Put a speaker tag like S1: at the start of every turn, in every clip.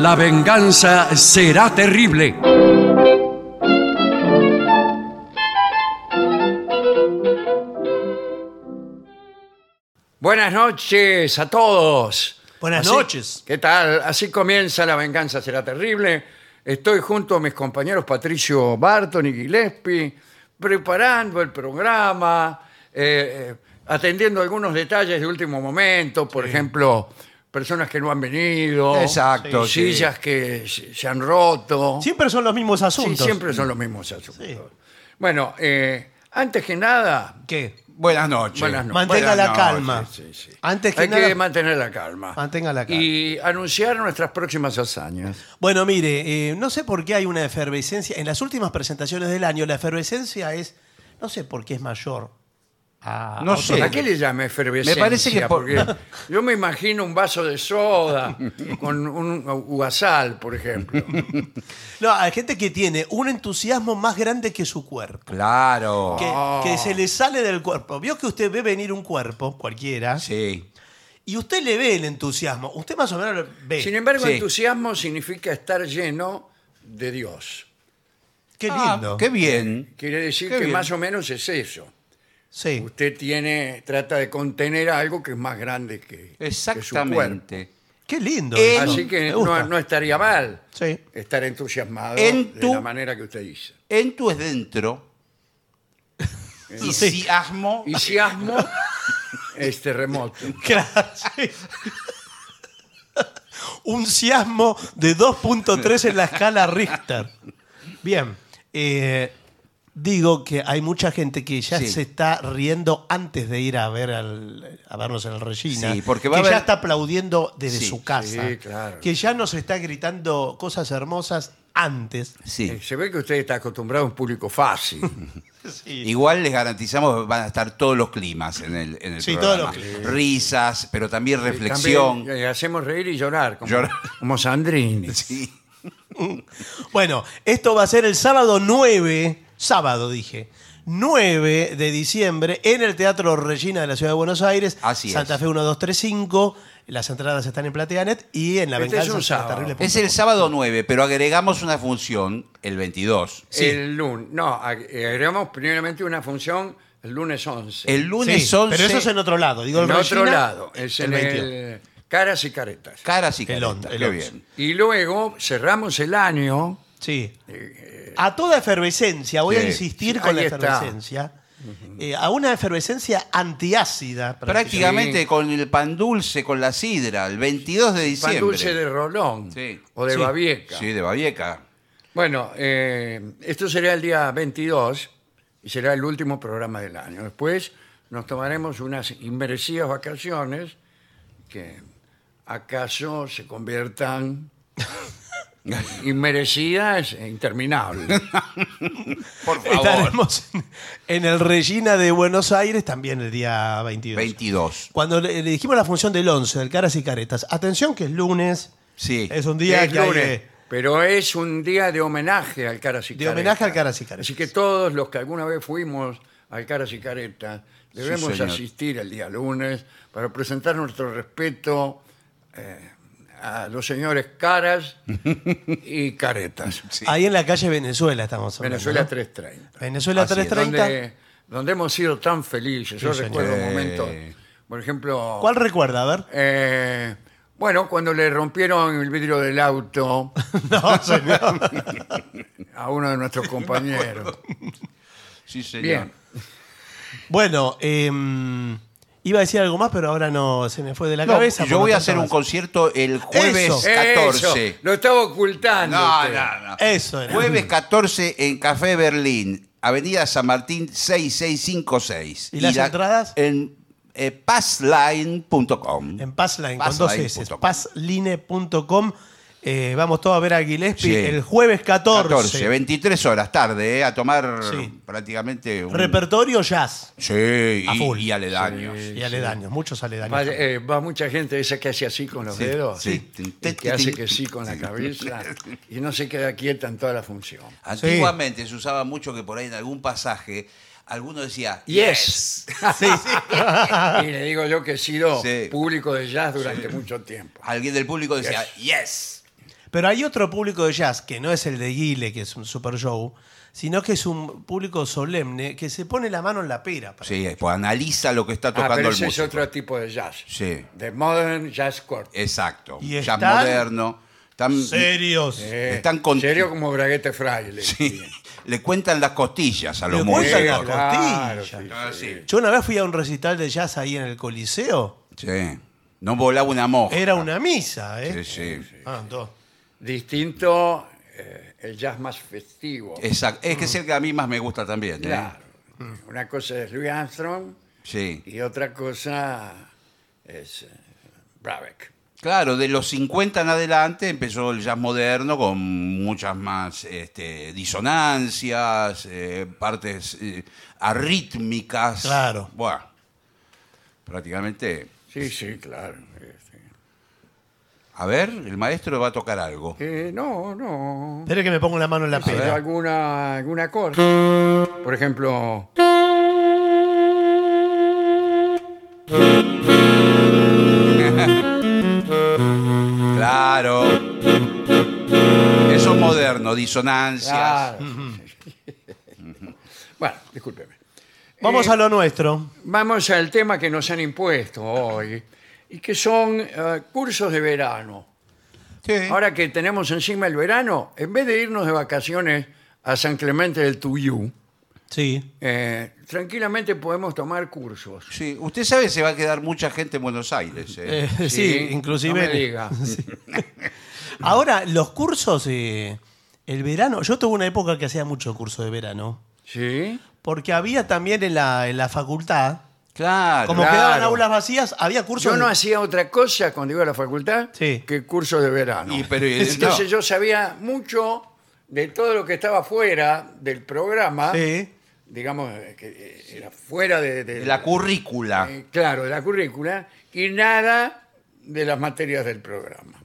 S1: La venganza será terrible. Buenas noches a todos.
S2: Buenas
S1: Así-
S2: noches.
S1: ¿Qué tal? Así comienza La venganza será terrible. Estoy junto a mis compañeros Patricio Barton y Gillespie preparando el programa, eh, eh, atendiendo algunos detalles de último momento, por ejemplo, personas que no han venido,
S3: Exacto, sí.
S1: sillas que se se han roto.
S2: Siempre son los mismos
S1: Sí,
S2: asuntos.
S1: siempre son los mismos asuntos.
S2: Sí.
S1: Bueno, eh, antes que nada,
S2: ¿Qué?
S3: Buenas noches.
S1: Buenas noches.
S2: Mantenga
S3: Buenas
S2: la
S3: noches,
S2: calma.
S1: sí, sí.
S2: Antes que
S1: hay
S2: nada.
S1: que mantener la calma.
S2: Mantenga la calma.
S1: Y anunciar nuestras próximas hazañas.
S2: Bueno, mire, eh, no sé por qué hay una efervescencia. En las últimas presentaciones del año, la efervescencia es. No sé por qué es mayor. a-
S3: No
S2: a otro-
S3: sé.
S1: ¿A qué le llama efervescencia?
S3: Me parece que por-
S1: Porque yo me imagino un vaso de soda con un guasal, por ejemplo.
S2: No, hay gente que tiene un entusiasmo más grande que su cuerpo.
S3: Claro.
S2: Que,
S1: Ah.
S2: que se le sale del cuerpo. Vio que usted ve venir un cuerpo, cualquiera,
S3: Sí.
S2: y usted le ve el entusiasmo. Usted más o menos lo ve.
S1: Sin em- embargo,
S3: Sí.
S1: entusiasmo significa estar lleno de Dios.
S2: Qué
S3: Ah,
S2: lindo.
S3: qué bien.
S1: Quiere decir
S3: Qué
S1: que
S3: bien.
S1: más o menos es eso.
S2: Sí.
S1: Usted tiene, trata de contener algo que es más grande que, que su cuerpo.
S3: Exactamente.
S2: Qué lindo.
S3: En-
S2: eso.
S1: Eh, Así que
S2: Me
S1: no,
S2: gusta.
S1: no estaría mal
S2: Sí.
S1: estar entusiasmado
S3: En
S1: de
S3: tu-
S1: la manera que usted dice.
S3: En tu es dentro. Y
S2: Sí.
S3: si asmo.
S1: Entusiasmo es terremoto.
S2: Claro, sí. Un siasmo de 2.3 en la escala Richter. Bien. eh, digo que hay mucha gente que ya
S3: Sí.
S2: se está riendo antes de ir a ver al- a vernos en el Regina.
S3: Sí, porque va
S2: que
S3: a
S2: ya
S3: haber-
S2: está aplaudiendo desde
S3: Sí,
S2: su casa.
S1: sí, claro.
S2: Que ya nos está gritando cosas hermosas antes.
S1: Eh,
S3: Sí.
S1: Se ve que usted está acostumbrado a un público fácil.
S3: Igual les garantizamos que van a estar todos los climas en el, en el
S2: Sí,
S3: programa.
S2: todos los climas.
S3: Risas, pero también reflexión.
S1: También, eh, hacemos reír y llorar, como,
S3: Llorar.
S1: como Sandrini.
S3: Sí.
S2: Bueno, esto va a ser el sábado 9, sábado dije, 9 de diciembre en el Teatro Regina de la Ciudad de Buenos Aires,
S3: Así es.
S2: Santa Fe 1235. Las entradas están en Plateanet y en la
S1: Este es un sábado.
S3: Es el sábado 9, pero agregamos una función el 22.
S2: Sí.
S1: El lunes. No, ag- eh, agregamos primeramente una función el lunes 11.
S3: El lunes 11.
S2: Pero eso es en otro lado. Digo,
S1: En
S2: el
S1: otro
S2: Regina,
S1: lado. Es en
S2: 22.
S1: el Caras y Caretas.
S3: Caras y
S2: El
S3: caretas.
S2: on- el
S3: Qué
S2: 11.
S3: bien.
S1: Y luego cerramos el año.
S2: Sí. A toda efervescencia, voy a
S3: Sí.
S2: insistir
S1: Ahí
S2: con la
S1: está.
S2: efervescencia, eh, a una efervescencia antiácida. prácticamente.
S3: Prácticamente
S1: Sí.
S3: con el pan dulce, con la sidra, el 22 de
S1: Pan
S3: diciembre.
S1: dulce de Rolón
S3: Sí.
S1: o de
S2: Sí.
S1: Babieca.
S3: Sí, de Babieca.
S1: Bueno, eh, esto será el día 22 y será el último programa del año. Después nos tomaremos unas inmerecidas vacaciones que acaso se conviertan inmerecidas e interminables.
S3: Por favor.
S2: Estaremos en, en el Regina de Buenos Aires también el día 22.
S3: 22.
S2: Cuando le, le dijimos la función del 11, del Caras y Caretas, atención que es lunes,
S3: Sí.
S2: es un día
S1: Es
S2: que hay,
S1: lunes,
S2: eh,
S1: pero es un día de homenaje al Caras y
S2: De
S1: Caretas.
S2: homenaje al Caras y Caretas.
S1: Así que todos los que alguna vez fuimos al Caras y Caretas debemos
S3: señor.
S1: asistir el día lunes para presentar nuestro respeto eh, a los señores Caras y Caretas.
S2: ahí en la calle Venezuela estamos. hablando,
S1: Venezuela
S2: ¿no?
S1: 330.
S2: Venezuela
S3: Así es,
S2: 330.
S1: Donde, donde hemos sido tan felices. Yo
S2: Sí, señor.
S1: recuerdo momentos,
S3: Eh.
S1: por ejemplo...
S2: ¿Cuál recuerda? A ver.
S1: eh, bueno, cuando le rompieron el vidrio del auto
S2: No, señor.
S1: a uno de nuestros compañeros.
S3: Sí, señor.
S1: Bien.
S2: bueno, em, iba a decir algo más, pero ahora no se me fue de la
S3: No,
S2: cabeza.
S3: yo
S2: por
S3: voy a
S2: lo
S3: hacer un
S2: tanto
S3: concierto el jueves
S2: Eso.
S3: 14.
S1: Eso, lo estaba ocultando.
S3: No,
S1: usted.
S3: no, no.
S2: Eso era.
S3: Jueves 14 en Café Berlín, Avenida San Martín 6656.
S2: ¿Y las
S3: la-
S2: entradas?
S3: En eh, passline.com.
S2: En Passline, con dos
S3: Passline
S2: S.
S3: punto com.
S2: Passline.com. Eh, vamos todos a ver a Gillespie
S3: Sí.
S2: el jueves 14.
S3: 14, 23 horas tarde, eh, a tomar
S2: Sí.
S3: prácticamente un...
S2: Repertorio jazz
S3: Sí,
S2: A
S3: y,
S2: full.
S3: y aledaños.
S2: y aledaños, muchos aledaños.
S1: Va, eh, va mucha gente esa que hace así con los
S3: Sí,
S1: dedos,
S3: sí.
S1: y que hace que sí con la cabeza y no se queda quieta en toda la función.
S3: Antiguamente se usaba mucho que por ahí en algún pasaje alguno decía
S1: Yes. y le digo yo que he sido
S3: Sí.
S1: público de jazz durante mucho tiempo.
S3: Alguien del público decía yes.
S2: Pero hay otro público de jazz, que no es el de Guile, que es un super show, sino que es un público solemne que se pone la mano en la pera. para-
S3: Sí, pues analiza lo que está
S1: Ah,
S3: tocando
S1: pero
S3: el
S1: ese es
S3: músico.
S1: otro tipo de jazz.
S3: Sí.
S1: De modern jazz quartet.
S3: Exacto.
S2: Y
S3: Jazz
S2: están-
S3: moderno. Están-
S2: Serios.
S1: Eh,
S3: están con-
S1: Serio como Braguete Fraile.
S3: Sí, le cuentan las costillas a los
S2: Le cuentan
S1: Claro,
S2: las
S3: músicos.
S1: claro,
S2: costillas.
S1: sí,
S3: Ah,
S1: sí.
S3: sí.
S2: Yo una vez fui a un recital de jazz ahí en el Coliseo.
S3: Sí. No volaba una moja.
S2: Era una misa,
S3: Sí,
S2: ¿eh?
S3: sí.
S2: Ah, dos.
S1: Distinto eh, el jazz más festivo.
S3: Exacto. Es ¿eh? que es el que a mí más me gusta también. ¿eh?
S1: Claro. Una cosa es Louis Armstrong
S3: Sí.
S1: y otra cosa es eh, Brabeck.
S3: Claro, de los 50 en adelante empezó el jazz moderno con muchas más este, disonancias, eh, partes eh, arrítmicas.
S2: Claro.
S3: Bueno, prácticamente.
S1: Sí, sí, claro. Este,
S3: A ver, el maestro va a tocar algo.
S1: que Eh, no, no.
S2: Espera que me pongo la mano en la
S1: Pero
S2: pera.
S1: alguna, algún acorde. Por ejemplo. Mm.
S3: Claro. Eso es moderno, disonancias.
S1: Claro. bueno, discúlpeme. Eh,
S2: Vamos a lo nuestro.
S1: Vamos al tema que nos han impuesto hoy y que son eh, cursos de verano.
S3: Sí.
S1: Ahora que tenemos encima el verano, en vez de irnos de vacaciones a San Clemente del Tuyú,
S2: Sí.
S1: eh, tranquilamente podemos tomar cursos.
S3: Sí, Usted sabe que se va a quedar mucha gente en Buenos Aires. ¿eh?
S2: Eh, sí, inclusive.
S1: No me diga.
S2: Ahora, los cursos, eh, el verano, yo tuve una época que hacía mucho curso de verano,
S1: ¿Sí?
S2: porque había también en la, en la facultad,
S3: Claro.
S2: como
S1: Claro.
S2: quedaban aulas vacías, había cursos...
S1: Yo no
S2: de-
S1: hacía otra cosa cuando iba a la facultad
S2: Sí.
S1: que cursos de verano.
S3: Y, pero, eh,
S1: Entonces
S3: no.
S1: yo sabía mucho de todo lo que estaba fuera del programa,
S2: Sí.
S1: digamos, eh, que eh, era fuera de, de-
S3: La currícula.
S1: eh, claro, de la currícula, y nada de las materias del programa.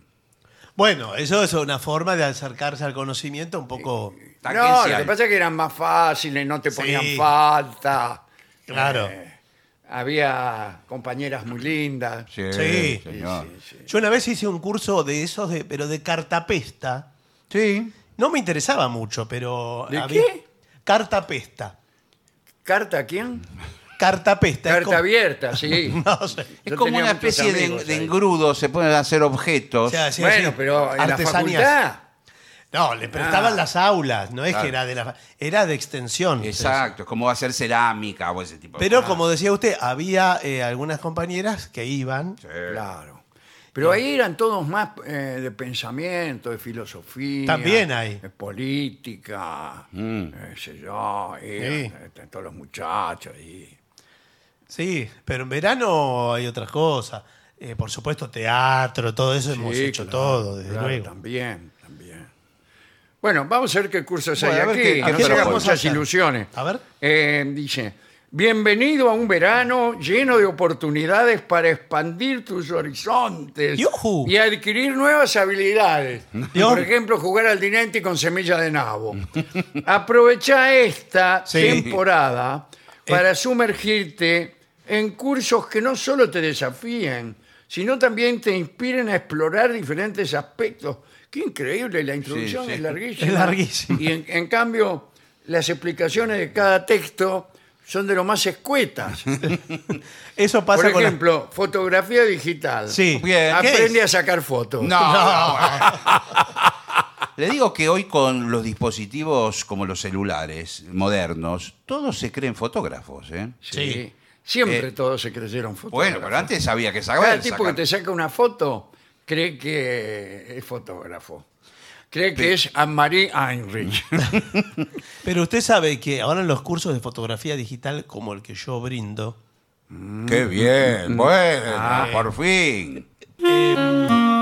S2: Bueno, eso es una forma de acercarse al conocimiento un poco...
S1: No,
S3: Tangencial.
S1: lo que pasa es que eran más fáciles, no te ponían
S2: Sí.
S1: falta.
S2: Claro.
S1: Eh, había compañeras muy lindas.
S3: Sí,
S2: Sí.
S3: señor.
S1: Sí, sí, sí.
S2: Yo una vez hice un curso de esos, de, pero de cartapesta.
S3: Sí.
S2: No me interesaba mucho, pero...
S1: ¿De
S2: había-
S1: qué?
S2: Cartapesta.
S1: ¿Carta a quién?
S2: Cartapesta. es
S1: Carta
S2: como-
S1: abierta, sí.
S2: No sé.
S3: Es
S1: Yo
S3: como
S1: tenía
S3: una
S1: muchos
S3: especie de,
S1: amigos
S3: de
S1: ahí.
S3: engrudo, se ponen a hacer objetos.
S2: O sea, sí,
S1: bueno,
S2: sí,
S1: pero en
S2: artesanías.
S1: la facultad.
S2: No, le prestaban
S1: Ah.
S2: las aulas, no es
S3: Claro.
S2: que era de la... Era de extensión.
S3: Exacto, es como hacer cerámica o ese tipo de
S1: Ah.
S2: Pero
S3: cosas.
S2: como decía usted, había eh, algunas compañeras que iban.
S3: Sí.
S1: Claro. Pero ahí eran todos más eh, de pensamiento, de filosofía.
S2: También hay. Mm.
S1: De política, eh, qué sé yo, iban, este, todos los muchachos ahí.
S2: Sí, pero en verano hay otras cosas. Eh, por supuesto, teatro, todo eso hemos
S1: Sí,
S2: hecho
S1: claro,
S2: todo, desde
S1: claro,
S2: luego.
S1: También, también. Bueno, vamos a ver qué cursos
S3: Bueno,
S1: hay
S3: a ver
S1: aquí.
S3: qué-
S1: que
S3: a
S1: no
S3: qué
S1: tengamos
S3: vamos
S2: a
S1: muchas
S2: hacer.
S1: ilusiones.
S2: A ver.
S1: Eh, dice, bienvenido a un verano lleno de oportunidades para expandir tus horizontes
S2: Yujú.
S1: y adquirir nuevas habilidades.
S2: Yo-
S1: Por ejemplo, jugar al dinante con semilla de nabo. Aprovecha esta
S2: Sí.
S1: temporada para sumergirte en cursos que no solo te desafíen, sino también te inspiren a explorar diferentes aspectos. Qué increíble, la introducción
S3: Sí, sí.
S1: es larguísima.
S2: Es larguísima.
S1: Y en, en cambio, las explicaciones de cada texto son de lo más escuetas.
S2: Eso pasa
S1: Por
S2: con la-
S1: ejemplo, fotografía digital. Eh,
S2: Sí.
S3: Bien,
S2: ¿Qué
S1: Aprende
S2: es?
S1: a sacar fotos.
S3: No,
S2: No.
S3: Le digo que hoy con los dispositivos como los celulares modernos, todos se creen fotógrafos. ¿eh?
S1: Sí.
S2: Sí.
S1: Siempre
S3: Eh,
S1: todos se creyeron fotos.
S3: Bueno, pero antes había que saber.
S1: Cada tipo
S3: sacar-
S1: que te saca una foto cree que es fotógrafo. Cree que es Anne-Marie Heinrich.
S2: Pero usted sabe que ahora en los cursos de fotografía digital, como el que yo brindo,
S3: Qué
S1: Mm.
S3: bien, bueno,
S1: Ah,
S3: ah, por fin.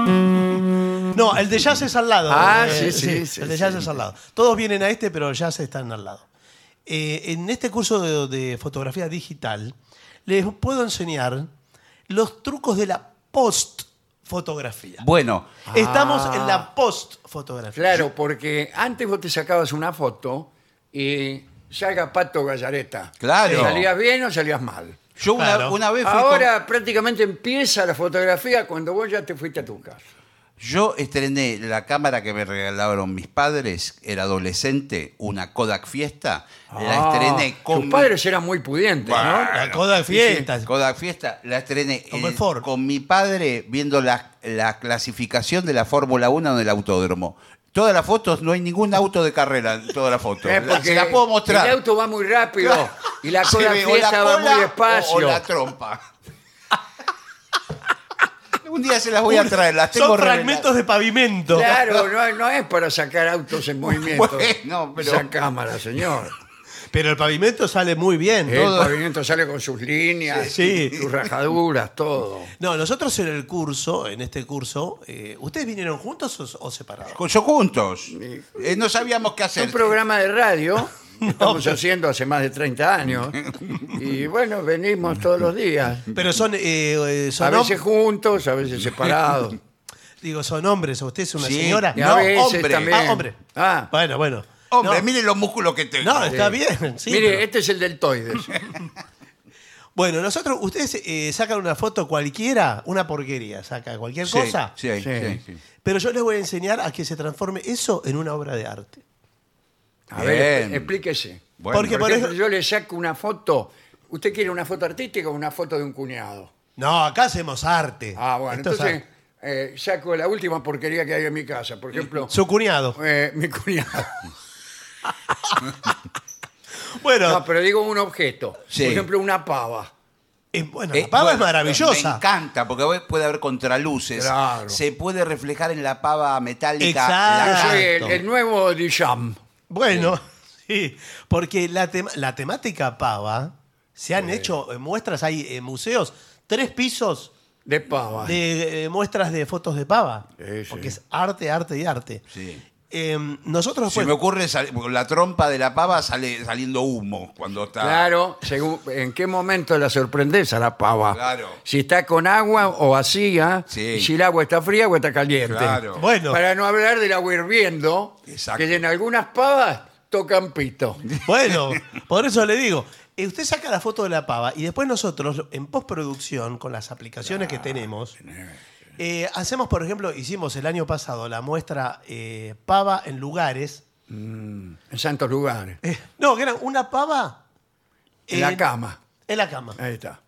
S2: No, el de jazz es al lado.
S1: Ah, sí,
S2: Eh,
S1: sí, sí,
S2: El de
S1: sí.
S2: jazz es al lado. Todos vienen a este, pero jazz están al lado. Eh, en este curso de, de fotografía digital, les puedo enseñar los trucos de la post-fotografía.
S3: Bueno,
S2: Estamos en la post-fotografía.
S1: Ah. Claro, porque antes vos te sacabas una foto y salga Pato Gallareta.
S3: Claro.
S1: ¿Salías bien o salías mal?
S3: yo una,
S2: Claro.
S3: una vez fui con-
S1: Ahora prácticamente empieza la fotografía cuando vos ya te fuiste a tu casa.
S3: Yo estrené la cámara que me regalaron mis padres, era adolescente, una Kodak Fiesta. la estrené con.
S1: Ah, Tus padres eran muy pudientes, ¿no?
S3: Bah.
S2: La coda de fiestas.
S3: Kodak Fiesta, la estrené
S2: Como
S3: en-
S2: el Ford.
S3: con mi padre viendo la, la clasificación de la Fórmula 1 en el autódromo. Todas las fotos, no hay ningún auto de carrera en todas las fotos.
S1: Eh,
S3: La- Se la puedo mostrar.
S1: El auto va muy rápido y la
S3: Se
S1: cola
S3: ve o
S1: fiesta
S3: la
S1: va
S3: cola
S1: muy
S3: O, o
S1: despacio.
S3: la trompa. Un día se las voy a traer, las tengo
S2: Son
S3: reveladas.
S2: fragmentos de pavimento.
S1: Claro, no, no es para sacar autos en movimiento.
S3: Bueno, pero-
S1: Esa cámara, señor.
S2: Pero el pavimento sale muy bien.
S1: El
S2: todo.
S1: pavimento sale con sus líneas,
S2: Sí.
S1: sus rajaduras, todo.
S2: No, nosotros en el curso, en este curso, eh, ¿ustedes vinieron juntos o, o separados?
S3: Con- Yo juntos. Eh, no sabíamos qué
S1: Es un
S3: hacer.
S1: programa de radio que estamos haciendo hace más de 30 años. Y bueno, venimos todos los días.
S2: Pero son, eh, eh,
S1: A
S2: son, hom-
S1: veces juntos, a veces separados.
S2: digo, son hombres. ¿Usted es una
S3: Sí,
S2: señora?
S1: Y a
S3: No,
S1: veces
S3: hombre.
S1: también.
S2: Ah, hombre.
S1: Ah,
S2: Bueno, bueno.
S3: Hombre,
S2: no,
S3: miren los músculos que tengo.
S2: no, está bien. sí,
S1: mire,
S2: pero-
S1: este es el deltoides.
S2: Bueno, nosotros, ustedes eh, sacan una foto cualquiera, una porquería, saca cualquier
S3: Sí,
S2: cosa.
S3: sí, sí,
S1: Sí.
S3: sí.
S2: Pero yo les voy a enseñar a que se transforme eso en una obra de arte.
S1: A ver,
S3: Bien.
S1: explíquese.
S3: Bueno,
S2: Porque
S1: Por
S2: por
S1: ejemplo,
S2: eso-
S1: yo le saco una foto. ¿Usted quiere una foto artística o una foto de un cuñado?
S2: No, acá hacemos arte.
S1: Ah, bueno,
S2: Esto es
S1: entonces
S2: arte.
S1: eh, saco la última porquería que hay en mi casa. Por ejemplo,
S2: Su cuñado.
S1: eh, mi cuñado.
S2: Bueno,
S1: No, pero digo un objeto.
S3: Sí.
S1: Por ejemplo, una pava.
S2: eh, bueno,
S3: Eh,
S2: la pava es
S3: bueno, Me
S2: maravillosa.
S3: encanta, porque hoy puede haber contraluces.
S1: Claro.
S3: Se puede reflejar en la pava metálica.
S2: Exacto.
S1: Yo
S3: la-
S1: soy el,
S2: Exacto.
S1: el nuevo Dijam.
S2: Bueno, sí, porque la, tema- la temática pava, se han hecho eh, muestras, hay eh, museos, tres pisos
S1: De pava.
S2: de eh, muestras de fotos de pava.
S1: Sí, sí.
S2: Porque es arte, arte y arte.
S3: Sí.
S2: Eh, nosotros
S3: Se
S2: después-
S3: me ocurre sal- porque la trompa de la pava sale saliendo humo cuando está.
S1: Claro, según en qué momento la sorprendes a la pava.
S3: Claro.
S1: Si está con agua o vacía,
S3: Sí.
S1: y si el agua está fría o está caliente.
S3: Claro.
S2: Bueno,
S1: Para no hablar del agua hirviendo,
S3: Exacto.
S1: que en algunas pavas tocan pito.
S2: bueno, por eso le digo. eh, Usted saca la foto de la pava y después nosotros, en postproducción, con las aplicaciones
S1: Ah,
S2: que tenemos, eh, hacemos, por ejemplo, hicimos el año pasado la muestra eh, pava en lugares.
S1: En santos lugares.
S2: Eh, no, que era una pava
S1: En la
S2: eh,
S1: cama.
S2: En la cama.
S1: Ahí está.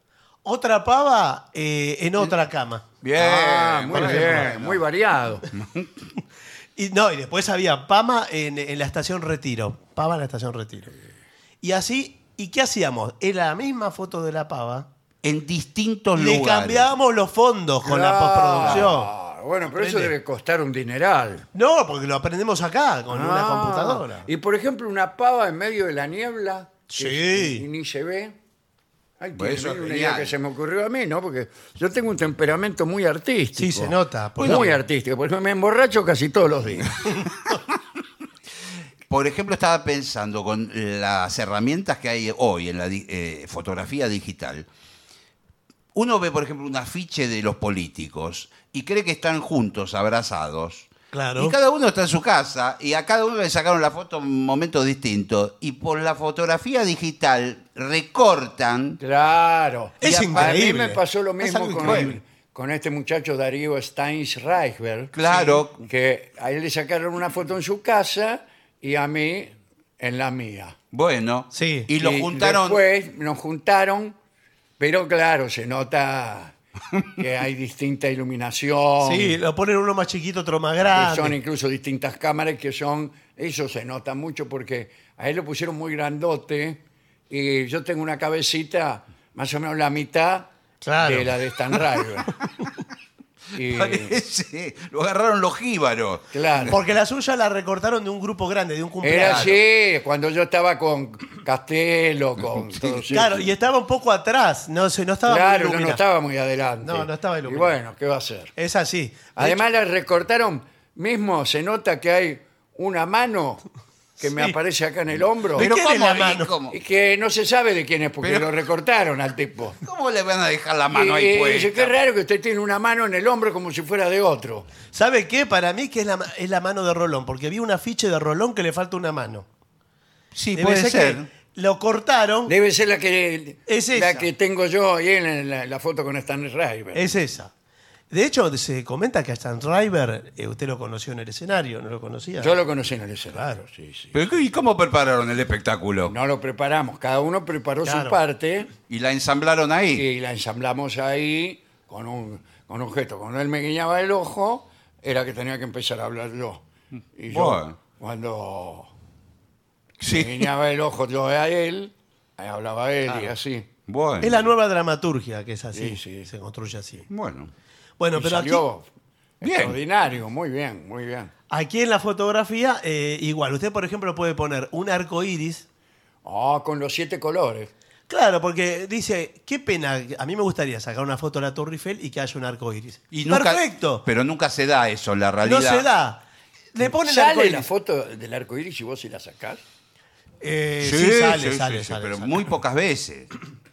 S2: Otra pava eh, en otra cama.
S3: Bien.
S1: Ah, muy
S3: bueno,
S1: bien,
S3: bueno.
S1: muy variado.
S2: Y no, y después había pama en, en la estación Retiro. Pava en la estación Retiro. Y así, ¿y qué hacíamos? En la misma foto de la pava,
S3: En distintos
S2: le
S3: lugares.
S2: cambiábamos los fondos con la postproducción.
S1: Ah, Bueno, pero eso
S2: ¿Entendés?
S1: debe costar un dineral.
S2: No, porque lo aprendemos acá con una
S1: Ah,
S2: computadora.
S1: Y por ejemplo, una pava en medio de la niebla. que
S2: Sí.
S1: ni- ni se ve. Ay,
S3: Pues eso
S1: tiene
S3: es
S1: una
S3: genial.
S1: idea que se me ocurrió a mí, ¿no? Porque yo tengo un temperamento muy artístico.
S2: Sí, se nota, por
S1: muy
S2: ejemplo.
S1: artístico, porque me emborracho casi todos los días.
S3: Por ejemplo, estaba pensando con las herramientas que hay hoy en la di- eh, fotografía digital. Uno ve, por ejemplo, un afiche de los políticos y cree que están juntos, abrazados.
S2: Claro.
S3: Y cada uno está en su casa y a cada uno le sacaron la foto en momentos distintos. Y por la fotografía digital recortan.
S1: Claro.
S2: Es
S1: a- A mí
S2: increíble.
S1: me pasó lo
S3: Es
S1: mismo
S3: algo
S1: con,
S3: increíble.
S1: con este muchacho Darío Steins Reichberg.
S3: Claro.
S1: Que a él le sacaron una foto en su casa y a mí en la mía.
S3: Bueno.
S2: Sí.
S3: Y lo juntaron.
S1: Después nos juntaron, pero claro, se nota que hay distinta iluminación.
S2: Sí, lo ponen uno más chiquito, otro más
S1: que son
S2: grande.
S1: incluso distintas cámaras que son. Eso se nota mucho porque a él lo pusieron muy grandote y yo tengo una cabecita más o menos la mitad
S2: Claro.
S1: de la de Stan Ryder. Y,
S3: Parece, lo agarraron los jíbaros.
S1: claro.
S2: Porque la suya la recortaron de un grupo grande, de un
S1: Era
S2: cumpleaños.
S1: así, cuando yo estaba con Castelo, con todos
S2: Claro,
S1: esos.
S2: y estaba un poco atrás, no sé, no estaba muy
S1: Claro, yo no
S2: iluminado.
S1: estaba muy adelante.
S2: No, no estaba
S1: Y
S2: iluminado.
S1: bueno, ¿qué va a hacer?
S2: Es así.
S1: Además la recortaron, mismo se nota que hay una mano que me
S2: Sí.
S1: aparece acá en el hombro
S2: Pero
S3: ¿cómo,
S2: ¿quién es la
S3: y
S2: mano?
S3: cómo?
S1: y que no se sabe de quién es porque
S3: Pero-
S1: lo recortaron al tipo.
S3: ¿Cómo le van a dejar la mano
S1: Y- y
S3: ahí puesta?
S1: dice, Eh, qué raro que usted tiene una mano en el hombro como si fuera de otro.
S2: ¿Sabe qué? Para mí que es la, ma- es la mano de Rolón, porque vi un afiche de Rolón que le falta una mano.
S3: Sí,
S2: Debe
S3: puede ser.
S2: que lo cortaron,
S1: Debe ser la que,
S2: Es
S1: la
S2: esa.
S1: que tengo yo ahí en la, la foto con Stan River.
S2: es esa. De hecho, se comenta que a Stan Driver eh, usted lo conoció en el escenario, no lo conocía.
S1: Yo lo conocí en el escenario, sí, sí.
S3: Pero, ¿Y cómo prepararon el espectáculo?
S1: No lo preparamos, cada uno preparó
S2: Claro.
S1: su parte
S3: ¿Y la ensamblaron ahí?
S1: y la ensamblamos ahí con un, con un gesto. Cuando él me guiñaba el ojo, era que tenía que empezar a hablar yo. Y yo,
S3: Bueno.
S1: cuando
S3: Sí.
S1: me guiñaba el ojo yo a él, ahí hablaba él y así.
S3: Bueno.
S2: Es la nueva dramaturgia que es así,
S1: Sí, sí.
S2: se construye así.
S3: Bueno.
S2: Bueno,
S1: Y
S2: pero aquí,
S1: salió
S3: Bien.
S1: extraordinario, muy bien, muy bien.
S2: aquí en la fotografía, eh, igual, usted por ejemplo puede poner un arco iris.
S1: Ah, con los siete colores.
S2: Claro, porque dice, qué pena, a mí me gustaría sacar una foto de la Torre Eiffel y que haya un arco iris.
S3: Y nunca-
S2: Perfecto,
S3: Pero nunca se da eso, la realidad.
S2: no se da. Le pone el arco
S1: ¿Sale
S2: iris.
S1: la foto del arco iris y vos si la sacás?
S2: Eh, sí, sale,
S3: sí,
S2: sale,
S3: sí,
S2: sale,
S3: Pero
S2: sale.
S3: muy pocas veces.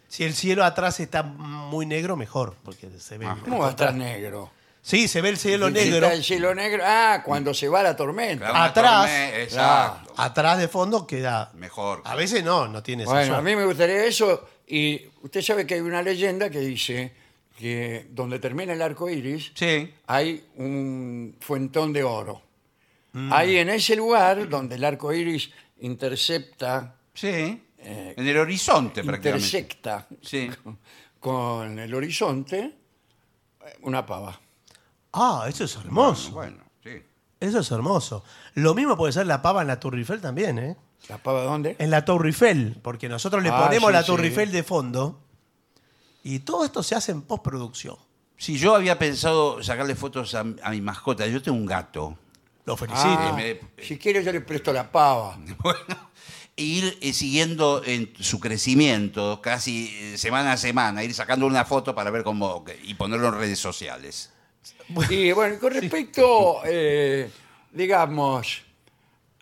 S2: Si el cielo atrás está muy negro, mejor, porque se ve.
S1: Ah, ¿Cómo va a estar negro?
S2: Sí, se ve el cielo
S1: Si
S2: negro.
S1: está el cielo negro. Ah, cuando se va la tormenta.
S3: Una
S2: Atrás.
S3: torme- Exacto.
S2: Atrás de fondo queda.
S3: Mejor.
S2: A veces no, no tiene
S1: Bueno,
S2: esa
S1: a
S2: suerte.
S1: mí me gustaría eso. Y usted sabe que hay una leyenda que dice que donde termina el arco iris
S3: Sí.
S1: hay un fuentón de oro.
S3: Mm.
S1: Ahí en ese lugar donde el arco iris intercepta,
S3: Sí.
S2: Eh,
S3: en el horizonte prácticamente.
S1: intersecta
S3: Sí.
S1: con el horizonte, eh, una pava.
S2: Ah, eso es hermoso.
S3: Bueno, sí.
S2: Eso es hermoso. Lo mismo puede ser la pava en la Torre Eiffel también, ¿eh?
S1: ¿La pava dónde?
S2: En la Torre Eiffel, porque nosotros le
S1: Ah,
S2: ponemos
S1: sí,
S2: la Torre
S1: sí.
S2: Eiffel de fondo y todo esto se hace en postproducción.
S3: Sí, yo había pensado sacarle fotos a, a mi mascota. Yo tengo un gato.
S2: Lo felicito.
S1: Ah,
S3: me-
S1: si quiere yo le presto la pava.
S3: Bueno, e ir eh, siguiendo en su crecimiento casi eh, semana a semana, ir sacando una foto para ver cómo y ponerlo en redes sociales.
S1: Y bueno, con respecto, eh, digamos,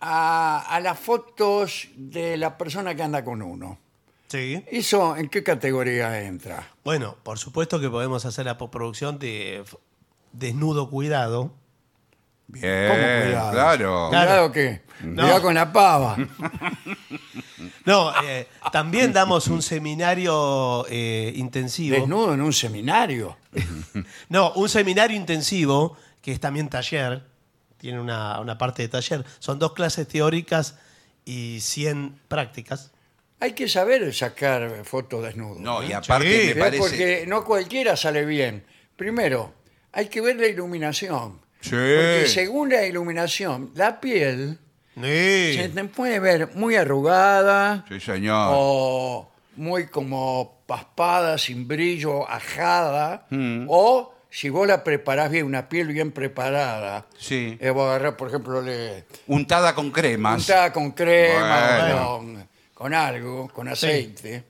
S1: a, a las fotos de la persona que anda con uno,
S2: Sí.
S1: ¿eso en qué categoría entra?
S2: Bueno, por supuesto que podemos hacer la postproducción de f- desnudo cuidado.
S3: Bien,
S1: ¿Cómo cuidado?
S3: Eh, claro.
S1: Cuidado que,
S2: No.
S1: cuidado con la pava.
S2: No, eh, también damos un seminario eh, intensivo.
S1: Desnudo en un seminario.
S2: No, un seminario intensivo, que es también taller, tiene una, una parte de taller. Son dos clases teóricas y 100 prácticas.
S1: Hay que saber sacar fotos desnudo.
S3: No, y
S1: ¿eh?
S3: aparte
S2: Sí,
S3: me
S1: ¿Eh?
S3: parece.
S1: Porque no cualquiera sale bien. Primero, hay que ver la iluminación.
S3: Sí.
S1: Porque
S3: Eh.
S1: según la iluminación, la piel se te puede ver muy arrugada.
S3: Sí, señor.
S1: o muy como paspada, sin brillo, ajada,
S3: Mm.
S1: o si vos la preparás bien, una piel bien preparada,
S3: Sí.
S1: eh, vos agarrás, por ejemplo, le
S3: Untada con cremas.
S1: untás con crema,
S3: Bueno.
S1: con, con algo, con aceite,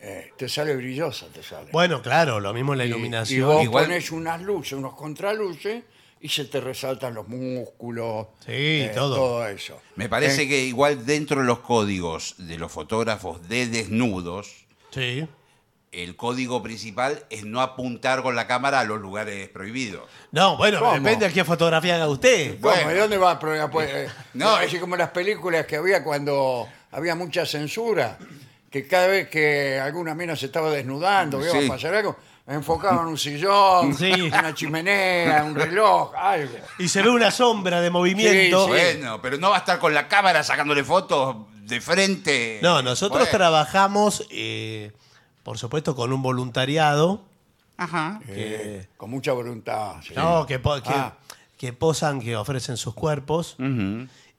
S1: eh, te sale brillosa, te sale.
S2: Bueno, claro, lo mismo en la
S1: Y-
S2: iluminación.
S1: Y, vos
S3: Igual-
S1: pones unas luces, unos contraluces, y se te resaltan los músculos, eh,
S2: Sí, todo.
S1: eso.
S3: Me parece
S1: Eh,
S3: que igual dentro de los códigos de los fotógrafos de desnudos,
S2: Sí.
S3: el código principal es no apuntar con la cámara a los lugares prohibidos.
S2: No, bueno,
S1: ¿Cómo?
S2: depende de qué fotografía haga usted.
S1: ¿Cómo?
S3: Bueno.
S1: ¿De dónde va? Pero, ya, pues, eh,
S3: No,
S1: no, es como las películas que había cuando había mucha censura, que cada vez que alguna mina se estaba desnudando, que iba
S3: Sí.
S1: a pasar algo, enfocaban un sillón,
S2: Sí.
S1: una chimenea, un reloj, algo.
S2: Y se ve una sombra de movimiento.
S1: Sí.
S3: Bueno, pero no va a estar con la cámara sacándole fotos de frente.
S2: No, nosotros
S3: Bueno.
S2: trabajamos, eh, por supuesto, con un voluntariado.
S3: Ajá.
S1: Eh, con mucha voluntad. sí.
S2: No, que, po- que-
S1: Ah. Mm.
S2: que posan, que ofrecen sus cuerpos.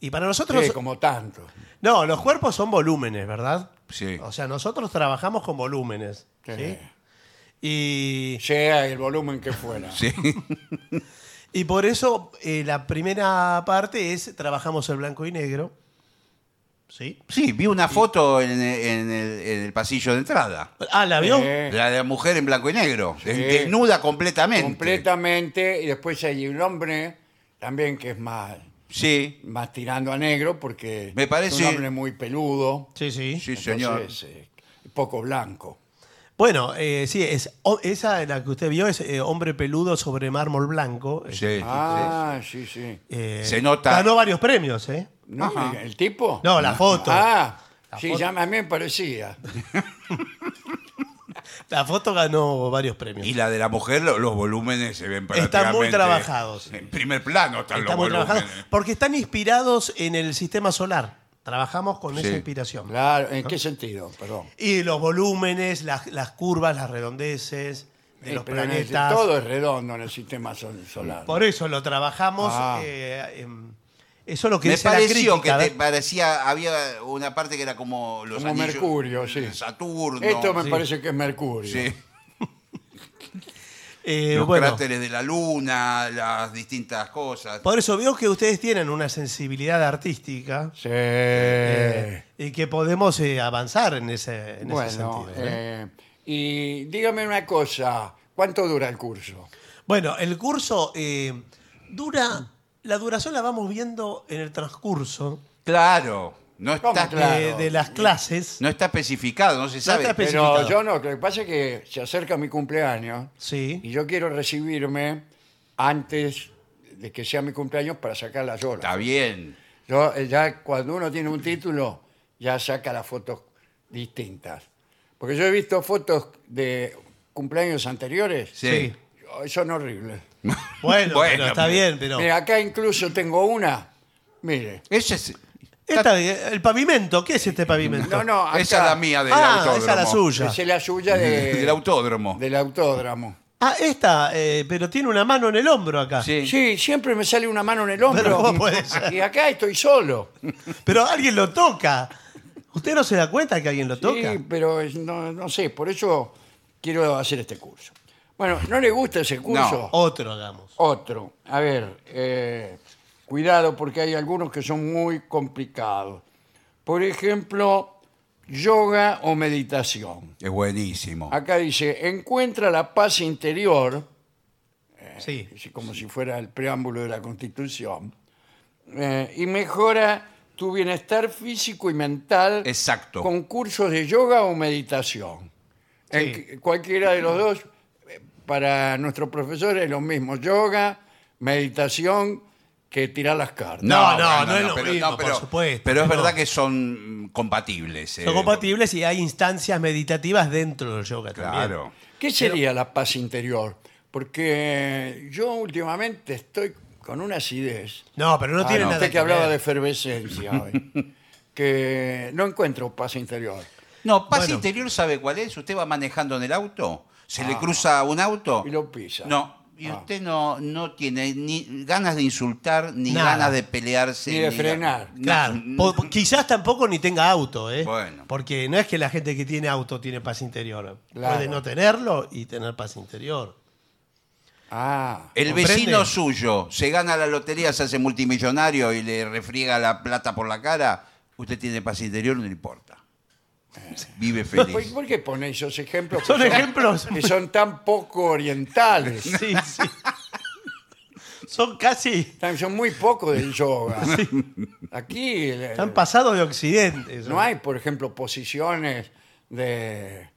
S2: Y para
S1: Sí,
S2: nosotros.
S1: como tanto.
S2: No, los cuerpos son volúmenes, ¿verdad?
S3: Sí.
S2: O sea, nosotros trabajamos con volúmenes.
S1: Sí.
S2: ¿sí? Y,
S1: Sea el volumen que fuera.
S3: Sí.
S2: y por eso eh, la primera parte es trabajamos el blanco y negro. ¿Sí?
S3: Sí, vi una foto en, en el, en el pasillo de entrada.
S2: Ah, ¿la vio?
S1: Sí.
S3: La de la mujer en blanco y negro. des- Desnuda completamente.
S1: Completamente. Y después hay un hombre también que es más,
S3: Sí.
S1: más tirando a negro porque
S3: Me parece-
S1: es un hombre muy peludo.
S2: Sí, sí.
S3: Sí, señor.
S1: Entonces, eh, poco blanco.
S2: Bueno, eh, sí, es, o- esa la que usted vio es eh, Hombre Peludo sobre Mármol Blanco.
S3: Sí, sí, sí.
S1: Ah, sí, sí.
S2: Eh,
S3: Se nota.
S2: Ganó varios premios, ¿eh?
S1: ¿No?
S3: Ajá.
S1: ¿El tipo?
S2: No, la foto.
S1: Ah,
S2: La
S1: sí,
S2: foto.
S1: ya me- a mí me parecía.
S2: La foto ganó varios premios.
S3: Y la de la mujer, lo- los volúmenes se ven prácticamente...
S2: Están muy trabajados.
S3: En primer plano están los
S2: Estamos
S3: volúmenes.
S2: trabajando. Porque están inspirados en el sistema solar. Trabajamos con esa
S3: Sí.
S2: inspiración.
S1: Claro, ¿en qué sentido? Perdón.
S2: Y los volúmenes, las, las curvas, las redondeces de
S1: Eh,
S2: los
S1: pero en el-
S2: planetas.
S1: todo es redondo en el sistema sol- solar.
S2: Por eso lo trabajamos.
S1: Ah.
S2: eh, em, eso es lo que
S3: Me
S2: dice la
S3: pareció que
S2: crítica. ¿eh?
S3: te
S2: ¿ver?
S3: parecía, había una parte que era como los
S1: Como
S3: anillos-
S1: Mercurio, sí.
S3: Saturno.
S1: Esto me
S3: sí.
S1: parece que es Mercurio.
S3: Sí.
S2: Eh,
S3: los
S2: bueno,
S3: cráteres de la luna, las distintas cosas.
S2: por eso veo que ustedes tienen una sensibilidad artística
S1: Sí.
S2: eh, y que podemos eh, avanzar en ese, en ese
S1: bueno,
S2: sentido. ¿no?
S1: eh, y dígame una cosa, ¿cuánto dura el curso?
S2: Bueno, el curso eh, dura. La duración la vamos viendo en el transcurso
S3: Claro, no
S1: ¿Cómo
S3: está, eh,
S2: de-
S1: Claro.
S2: de, las clases.
S3: no está especificado, no se sabe.
S2: está
S1: Pero
S2: Especificado.
S1: yo no, lo que pasa es que se acerca mi cumpleaños y
S2: Sí.
S1: yo quiero recibirme antes de que sea mi cumpleaños para sacar las horas.
S3: Está bien.
S1: Yo, eh, ya cuando uno tiene un título, ya saca las fotos distintas. Porque yo he visto fotos de cumpleaños anteriores.
S3: Sí.
S2: Sí.
S1: Ay, Son horribles.
S2: Bueno,
S3: Bueno,
S2: pero está
S3: pero-
S2: bien, pero.
S1: Mira, acá incluso tengo una. Mire.
S3: Ese es-
S2: Está bien, El pavimento, ¿qué es este pavimento?
S1: No, no, acá.
S3: esa es la mía del
S2: ah,
S3: autódromo.
S2: esa es la suya.
S1: Es la suya de-
S3: del autódromo.
S1: del autódromo.
S2: Ah, esta, eh, pero tiene una mano en el hombro acá.
S3: Sí.
S1: Sí, siempre me sale una mano en el hombro.
S2: Pero ¿cómo puede ser?
S1: Y acá estoy solo.
S2: Pero alguien lo toca. ¿Usted no se da cuenta que alguien lo toca?
S1: Sí, pero es- no, no sé, por eso quiero hacer este curso. Bueno, ¿no le gusta ese curso?
S2: Otro, hagamos.
S1: Otro. A ver, eh, cuidado porque hay algunos que son muy complicados. Por ejemplo, yoga o meditación.
S3: Es buenísimo.
S1: Acá dice, encuentra la paz interior,
S2: Sí.
S1: es como si fuera el preámbulo de la Constitución, eh, y mejora tu bienestar físico y mental
S3: Exacto.
S1: con cursos de yoga o meditación. En
S2: Sí.
S1: que- cualquiera de los dos, eh, para nuestro profesor es lo mismo, yoga, meditación, que tirar las cartas.
S2: No, no, no es lo
S3: pero,
S2: mismo, por
S3: pero-
S2: supuesto,
S3: Pero es
S2: pero-
S3: verdad que son mm, compatibles. eh,
S2: Son compatibles y hay instancias meditativas dentro del yoga
S3: Claro.
S1: ¿Qué sería la paz interior? Porque eh, yo últimamente estoy con una acidez.
S2: también. No, pero no
S1: Ah,
S2: tiene nada
S1: usted
S2: que,
S1: que hablaba
S2: ver.
S1: de efervescencia hoy. que no encuentro paz interior.
S3: No, paz
S2: Bueno.
S3: interior, ¿sabe cuál es? Usted va manejando en el auto, se le cruza un auto.
S1: Y lo pisa.
S3: No, y
S1: Ah.
S3: usted no, no tiene ni ganas de insultar, ni
S2: Nada.
S3: ganas de pelearse.
S1: Ni de frenar.
S3: No,
S2: Claro. Po- po- quizás tampoco ni tenga auto, ¿eh?
S3: Bueno.
S2: Porque no es que la gente que tiene auto tiene paz interior.
S1: Claro.
S2: Puede no tenerlo y tener paz interior.
S1: Ah,
S3: El
S2: ¿Comprende?
S3: vecino suyo se gana la lotería, se hace multimillonario y le refriega la plata por la cara. Usted tiene paz interior, no le importa. Eh. Vive
S1: ¿por,
S3: feliz.
S1: por qué pone esos ejemplos? que
S2: Son ejemplos.
S1: Que son tan poco orientales.
S2: Sí, sí. Son casi.
S1: Tan- Son muy poco del yoga. Aquí eh,
S2: Están pasados de occidente. son.
S1: no hay, por ejemplo, posiciones de de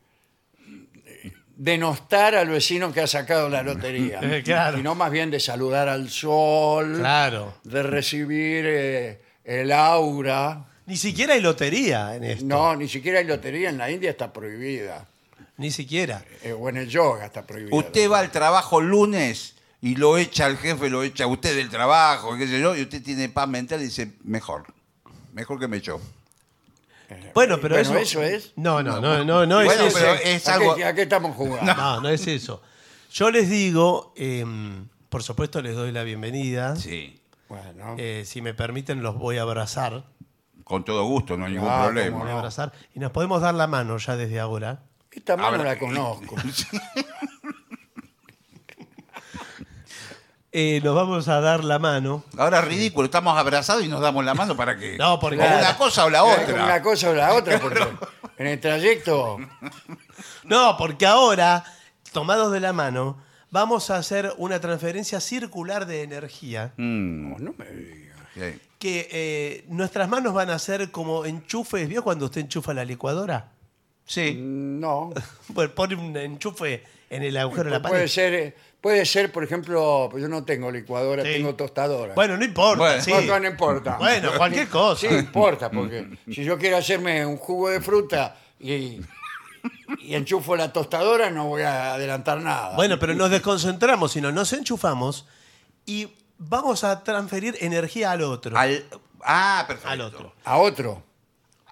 S1: denostar al vecino que ha sacado la lotería.
S2: Eh, claro.
S1: Sino más bien de saludar al sol,
S2: Claro.
S1: de recibir eh, el aura.
S2: Ni siquiera hay lotería en esto.
S1: No, ni siquiera hay lotería en la India está prohibida.
S2: Ni siquiera.
S1: Eh, o en el yoga está prohibido.
S3: Usted va al trabajo lunes y lo echa al jefe, lo echa a usted del trabajo, qué sé yo, y usted tiene paz mental y dice, mejor, mejor que me echó.
S2: Bueno, pero
S1: Bueno,
S2: eso.
S1: eso es.
S2: No, no, no, no, no
S3: Bueno,
S2: es eso.
S3: pero es
S1: ¿A
S3: algo-
S1: qué- ¿A qué estamos jugando?
S2: No, no es eso. Yo les digo, em, por supuesto, les doy la bienvenida.
S3: Sí,
S1: Bueno,
S2: Eh, si me permiten, los voy a abrazar.
S3: con todo gusto, no hay ningún
S1: Ah,
S3: problema.
S2: Voy a
S1: No.
S2: abrazar. Y nos podemos dar la mano ya desde ahora.
S1: esta mano
S3: Ahora-
S1: la conozco.
S2: Eh, nos vamos a dar la mano.
S3: Ahora es ridículo, estamos abrazados y nos damos la mano para que
S2: No, porque-
S3: o una cosa o la
S1: Es como
S3: otra.
S1: Una cosa o la otra, porque en el trayecto.
S2: No, porque ahora, tomados de la mano, vamos a hacer una transferencia circular de energía.
S3: Mm.
S1: No, no me diga.
S3: Sí.
S2: Que eh, nuestras manos van a ser como enchufes. ¿Vio cuando usted enchufa la licuadora? Mm.
S3: Sí.
S1: No.
S2: Bueno, pone un enchufe en el agujero de la pared.
S1: Puede ser, eh, puede ser, por ejemplo, pues yo no tengo licuadora,
S2: Sí.
S1: tengo tostadora.
S2: Bueno, no importa.
S3: Bueno.
S2: sí.
S1: No, no, no importa.
S2: Bueno, cualquier cosa.
S1: Sí, importa, porque si yo quiero hacerme un jugo de fruta y y enchufo la tostadora, no voy a adelantar nada.
S2: Bueno, pero nos desconcentramos, sino nos enchufamos y vamos a transferir energía al otro. Al,
S3: Al, ah, perfecto.
S2: Al otro.
S1: A otro.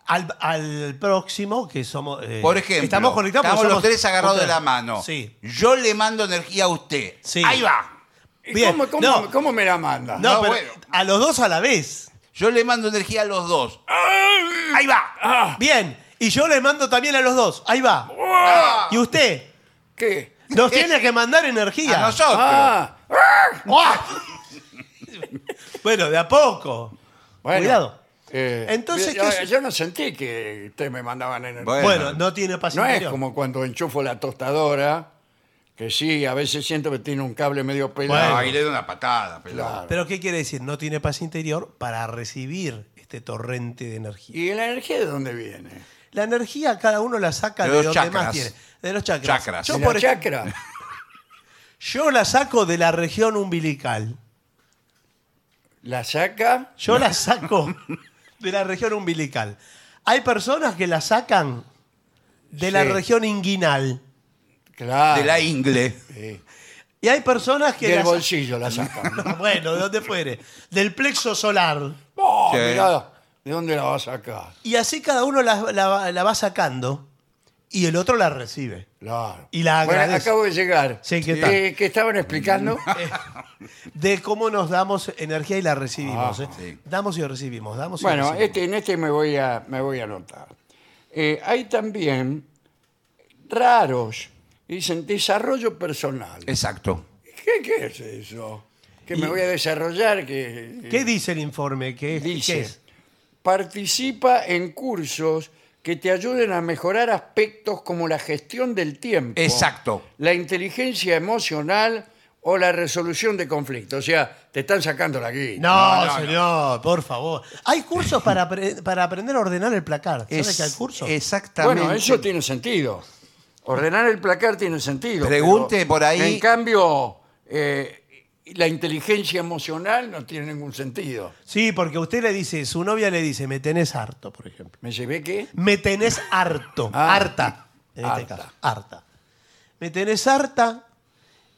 S2: al próximo, que somos. eh,
S3: Por ejemplo,
S2: estamos conectados
S3: estamos
S2: porque
S3: los
S2: somos-
S3: tres agarrados de
S2: contra-
S3: la mano.
S2: Sí.
S3: Yo le mando energía a usted.
S2: Sí.
S3: Ahí va.
S1: ¿Y
S2: Bien,
S1: ¿Cómo, cómo-
S2: no.
S1: cómo me la manda?
S2: No,
S3: No,
S2: pero
S3: bueno.
S2: a los dos a la vez.
S3: Yo le mando energía a los dos. Ahí va.
S2: Bien. Y yo le mando también a los dos. Ahí va.
S1: ¡Uah!
S2: Y usted
S1: ¡Ah! ¿Qué?
S2: nos tiene que mandar energía.
S3: A nosotros.
S1: Ah,
S2: Bueno, de a poco.
S1: bueno.
S2: Cuidado.
S1: Eh,
S2: Entonces,
S1: yo,
S2: ¿qué es?
S1: yo no sentí que ustedes me mandaban energía.
S3: Bueno,
S2: Bueno, no tiene paz
S1: No es
S2: interior.
S1: como cuando enchufo la tostadora, que sí, a veces siento que tiene un cable medio pelado.
S2: Bueno.
S3: Ahí le doy una patada. pero-
S1: Claro.
S2: Pero ¿qué quiere decir? No tiene paz interior para recibir este torrente de energía.
S1: ¿Y la energía de dónde viene?
S2: La energía cada uno la saca
S3: De
S2: de,
S3: los
S2: donde
S3: chakras.
S2: más tiene. De los chakras.
S3: Chakras.
S2: Yo,
S1: ¿De
S2: por
S1: la
S2: ej-
S1: chakra?
S2: yo la saco de la región umbilical.
S1: ¿La saca?
S2: Yo la saco de la región umbilical. Hay personas que la sacan de la
S1: Sí.
S2: región inguinal.
S1: Claro.
S3: De la ingle.
S1: sí.
S2: Y hay personas que...
S1: Del
S2: la sa-
S1: bolsillo la sacan.
S2: bueno, de donde fuere. Del plexo solar.
S1: Oh,
S3: Sí.
S1: mirá, ¿de dónde la va a sacar?
S2: Y así cada uno la, la va- la va sacando y el otro la recibe.
S1: Claro.
S2: Y la
S1: bueno,
S2: agradece.
S1: acabo de llegar.
S2: Sí, ¿qué
S1: Eh,
S2: tal? Mm.
S1: ¿qué estaban explicando?
S2: De cómo nos damos energía y la recibimos.
S1: Ah,
S2: ¿eh?
S3: sí.
S2: Damos y recibimos, damos y
S1: Bueno,
S2: recibimos.
S1: este, en este me voy a, me voy a anotar. Eh, hay también raros, dicen desarrollo personal.
S3: Exacto.
S1: ¿Qué, qué es eso? Que me voy a desarrollar, que eh,
S2: ¿Qué dice el informe? ¿Qué, es-
S1: este- dice,
S2: qué es?
S1: participa en cursos que te ayuden a mejorar aspectos como la gestión del tiempo.
S3: Exacto.
S1: La inteligencia emocional o la resolución de conflictos. O sea, te están sacando la guita.
S2: No,
S3: No, no,
S2: señor, por favor. Hay cursos para, apre- para aprender a ordenar el placar. ¿Sabes
S3: Es-
S2: que hay cursos?
S3: Exactamente.
S1: Bueno, eso tiene sentido. Ordenar el placar tiene sentido.
S3: Pregunte
S1: pero,
S3: por ahí.
S1: En cambio, eh, la inteligencia emocional no tiene ningún sentido.
S2: Sí, porque usted le dice, su novia le dice, me tenés harto, por ejemplo.
S1: ¿Me llevé qué?
S2: Me tenés harto,
S1: Ah.
S2: harta, en este
S1: Harta.
S2: caso, harta. Me tenés harta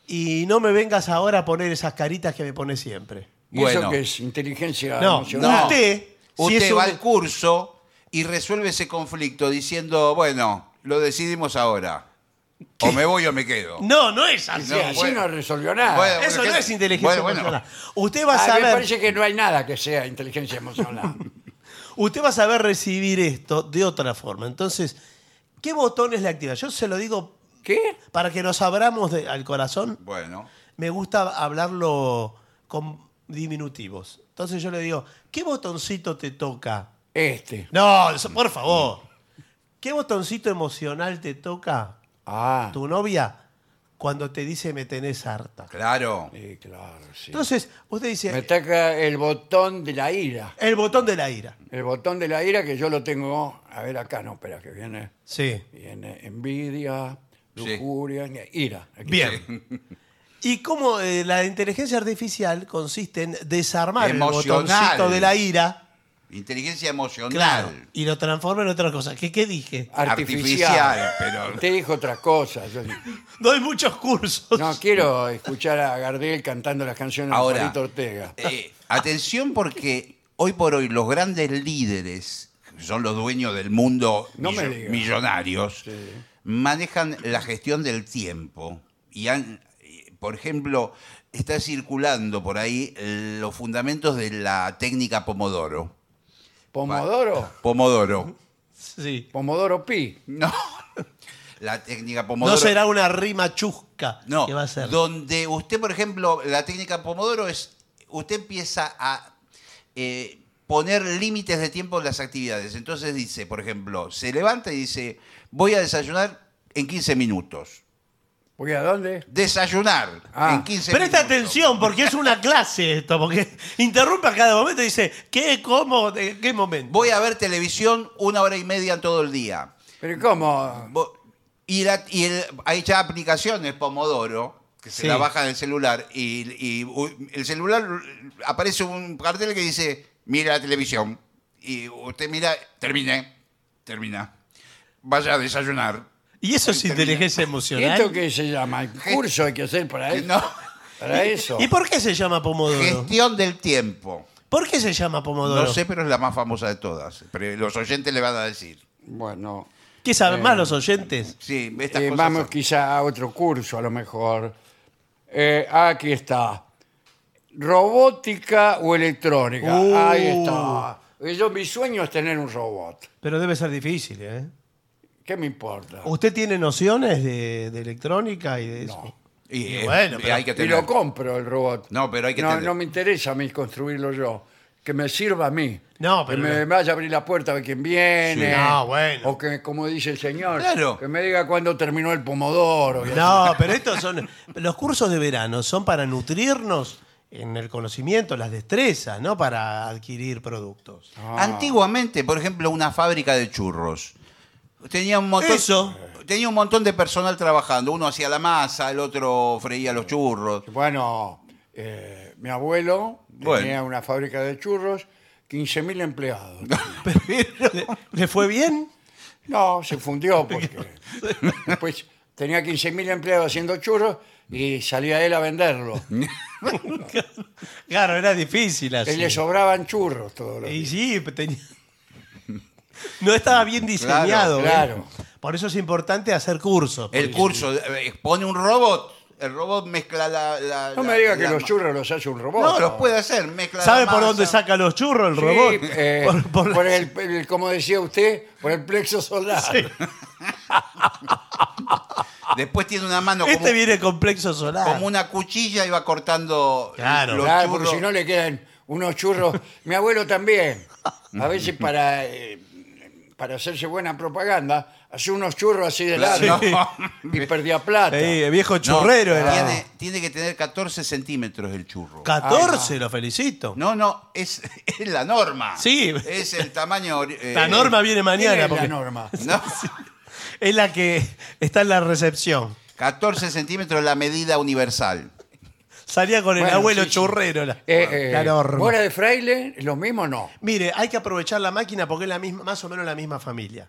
S2: y no me vengas ahora a poner esas caritas que me pones siempre.
S1: ¿Y eso
S3: Bueno.
S1: que es inteligencia
S2: No,
S1: emocional?
S2: no. Usted, si
S3: Ah, Usted
S2: es un-
S3: va al curso y resuelve ese conflicto diciendo, bueno, lo decidimos ahora. O me voy o me quedo.
S2: No, no es
S1: O
S2: así.
S1: sea, así
S3: bueno.
S1: no resolvió nada.
S3: Bueno,
S2: Eso
S3: ¿qué?
S2: no es inteligencia
S3: Bueno, bueno.
S2: emocional. Usted va a
S1: Ah,
S2: saber,
S1: me parece que no hay nada que sea inteligencia emocional.
S2: usted va a saber recibir esto de otra forma. Entonces, ¿qué botones le activa? Yo se lo digo
S1: ¿Qué?
S2: para que nos abramos de- al corazón.
S3: Bueno,
S2: me gusta hablarlo con diminutivos. Entonces yo le digo, ¿qué botoncito te toca?
S1: Este.
S2: No, eso, por favor. ¿Qué botoncito emocional te toca
S1: Ah,
S2: tu novia cuando te dice me tenés harta?
S3: claro.
S1: sí, claro, sí.
S2: Entonces usted
S1: Me
S2: dice,
S1: ataca el botón de la ira.
S2: el botón de la ira.
S1: El botón de la ira que yo lo tengo... A ver, acá no, espera, que viene...
S2: Sí.
S1: Viene envidia,
S3: Sí.
S1: lujuria, ira. Aquí
S2: Bien. Y cómo eh, la inteligencia artificial consiste en desarmar
S3: Emocional.
S2: el botoncito de la ira
S3: Inteligencia emocional.
S2: claro, y lo transforma en otra cosa. ¿Qué, qué dije?
S1: Artificial.
S3: Artificial, pero-
S1: Usted dijo otras cosas. Yo-
S2: Doy muchos cursos.
S1: No, quiero escuchar a Gardel cantando las canciones de
S3: Ahora,
S1: Juanito Ortega.
S3: eh, atención porque hoy por hoy los grandes líderes, que son los dueños del mundo
S1: No me
S3: millo-
S1: diga.
S3: millonarios, manejan la gestión del tiempo. Y han, eh, por ejemplo, está circulando por ahí eh, los fundamentos de la técnica Pomodoro.
S1: ¿Pomodoro?
S3: Pomodoro.
S2: Sí.
S1: ¿Pomodoro Pi?
S3: No. La técnica Pomodoro.
S2: No será una rima chusca
S3: No,
S2: que va a ser.
S3: donde usted, por ejemplo, la técnica Pomodoro es, usted empieza a eh, poner límites de tiempo en las actividades. Entonces dice, por ejemplo, se levanta y dice, voy a desayunar en 15 minutos.
S1: ¿Voy a dónde?
S3: Desayunar
S1: Ah,
S3: en 15
S2: Presta
S3: minutos.
S2: atención, porque es una clase esto, porque interrumpe a cada momento y dice, ¿qué, cómo, de qué momento?
S3: Voy a ver televisión una hora y media en todo el día.
S1: ¿Pero cómo?
S3: Vo- Y, la- y el- hay ya aplicaciones Pomodoro que se
S2: Sí.
S3: la bajan del celular y, y u- el celular aparece un cartel que dice mira la televisión y usted mira termine termina vaya a desayunar
S2: Y eso es inteligencia
S1: ¿Y
S2: emocional.
S1: esto qué se llama? ¿El curso hay que hacer para eso?
S3: No.
S1: Para eso.
S2: ¿Y por qué se llama Pomodoro?
S3: Gestión del tiempo.
S2: ¿Por qué se llama Pomodoro?
S3: No sé, pero es la más famosa de todas. Pero los oyentes le van a decir.
S1: Bueno,
S2: ¿Qué saben
S3: Eh.
S2: más los oyentes?
S3: Sí, estas
S1: eh,
S3: cosas
S1: vamos
S3: son-
S1: quizá a otro curso, a lo mejor. Eh, aquí está. Robótica o electrónica.
S2: Uh.
S1: Ahí está. Eh, Yo, mi sueño es tener un robot.
S2: Pero debe ser difícil, ¿eh?
S1: ¿Qué me importa?
S2: ¿Usted tiene nociones de, de electrónica y de eso?
S1: No.
S3: Y, eh,
S2: bueno,
S3: y
S2: pero-
S3: hay que
S1: Y
S3: tener.
S1: lo compro el robot.
S3: No, pero hay que
S1: no,
S3: tener-
S1: no me interesa a mí construirlo yo. Que me sirva a mí.
S2: No, pero
S1: Que me vaya a abrir la puerta a ver quién viene.
S2: Sí. No, bueno.
S1: O que, como dice el señor,
S3: Claro.
S1: que me diga cuándo terminó el pomodoro. y
S2: No, pero estos son. Los cursos de verano son para nutrirnos en el conocimiento, las destrezas, no para adquirir productos.
S3: Antiguamente, por ejemplo, una fábrica de churros. Tenía un montón,
S2: Eso.
S3: tenía un montón de personal trabajando. Uno hacía la masa, el otro freía los churros.
S1: Bueno, eh, mi abuelo
S3: Bueno.
S1: tenía una fábrica de churros, 15.000 empleados.
S2: ¿Le, le fue bien?
S1: No, se fundió porque después tenía 15.000 empleados haciendo churros y salía él a venderlo.
S2: Claro, era difícil así.
S1: Él le sobraban churros todos los
S2: Y
S1: días.
S2: sí, tenía- No estaba bien diseñado. ¿eh?
S1: claro.
S2: Por eso es importante hacer cursos.
S3: El curso eh, expone un robot. El robot mezcla la. la-
S1: No
S3: la-
S1: me diga que
S3: la
S1: los
S3: ma-
S1: churros los hace un robot.
S3: No, los puede hacer. Mezcla
S2: ¿Sabe
S3: la
S2: por
S3: masa.
S2: dónde saca los churros el
S1: Sí,
S2: robot?
S1: eh,
S2: por, por la-
S1: por el, el- como decía usted, por el plexo solar.
S3: Después tiene una mano como,
S2: Este viene complejo solar.
S3: como una cuchilla y va cortando
S2: Claro.
S3: los
S1: Claro,
S3: churros.
S1: porque si no le quedan unos churros. Mi abuelo también. A veces para, eh, para hacerse buena propaganda, hace unos churros así de
S3: Claro,
S1: largo
S3: no.
S1: y perdía plata.
S2: Sí, el viejo
S3: No,
S2: churrero era.
S3: tiene, tiene que tener 14 centímetros el churro.
S2: 14, lo felicito.
S3: No, no, es, es la norma.
S2: Sí.
S3: Es el tamaño. ori- eh,
S2: la norma viene
S1: ¿Quién es
S2: mañana.
S1: la
S2: porque
S1: norma?
S3: No,
S2: Es la que está en la recepción.
S3: 14 centímetros es la medida universal.
S2: Salía con el
S1: Bueno,
S2: abuelo
S1: sí, sí.
S2: churrero. La,
S1: Eh, eh,
S2: la norma.
S1: bola de fraile, lo mismo no.
S2: Mire, hay que aprovechar la máquina porque es la misma, más o menos la misma familia.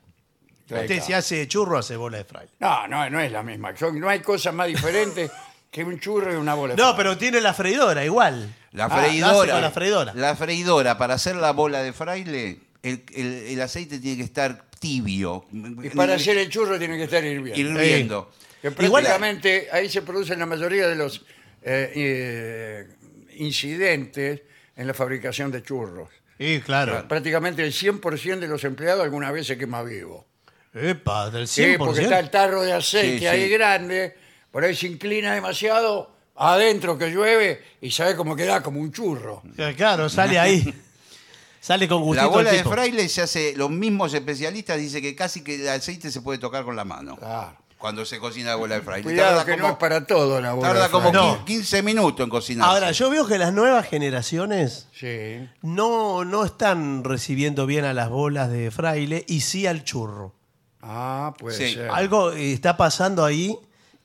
S1: Ahí
S2: Usted
S1: está.
S2: si hace churro, hace bola de fraile.
S1: No, no, no es la misma. Son- no hay cosa más diferente que un churro y una bola de
S2: No,
S1: fraile.
S2: pero tiene la freidora igual.
S3: La
S2: Ah, lo hace
S3: freidora.
S2: con la freidora.
S3: La freidora, para hacer la bola de fraile, el, el- el aceite tiene que estar tibio.
S1: Y para hacer el churro tiene que estar hirviendo.
S3: Hirviendo.
S1: Que
S2: Igual-
S1: prácticamente ahí se producen la mayoría de los eh, eh, incidentes en la fabricación de churros.
S2: Sí, claro.
S1: Prácticamente el 100% de los empleados alguna vez se quema vivo.
S2: Epa, del 100%.
S1: Sí, porque está el tarro de aceite
S3: Sí, sí.
S1: ahí grande, por ahí se inclina demasiado, adentro que llueve y sabe cómo queda como un churro.
S2: Eh, Claro, sale ahí. sale con gustito
S3: La bola
S2: el
S3: de
S2: tipo.
S3: fraile se hace, los mismos especialistas dicen que casi que el aceite se puede tocar con la mano.
S1: Claro.
S3: Cuando se cocina la bola de fraile.
S1: Cuidado
S3: Tarda
S1: que
S3: como-
S1: no es para todo la bola.
S3: Tarda
S1: de
S3: como
S1: fraile.
S2: No.
S3: 15 minutos en cocinar.
S2: Ahora, yo veo que las nuevas generaciones
S1: Sí.
S2: no, no están recibiendo bien a las bolas de fraile y sí al churro.
S1: Ah, puede
S3: Sí.
S1: ser.
S2: Algo eh, está pasando ahí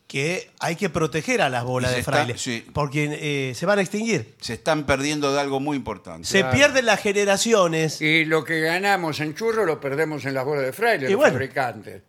S2: que hay que proteger a las bolas
S3: Se
S2: de
S3: está-
S2: fraile
S3: sí.
S2: porque eh, se van a extinguir.
S3: Se están perdiendo de algo muy importante.
S2: Se pierden las generaciones.
S1: Y lo que ganamos en churro lo perdemos en las bolas de fraile,
S2: Y
S1: los
S2: bueno.
S1: fabricantes.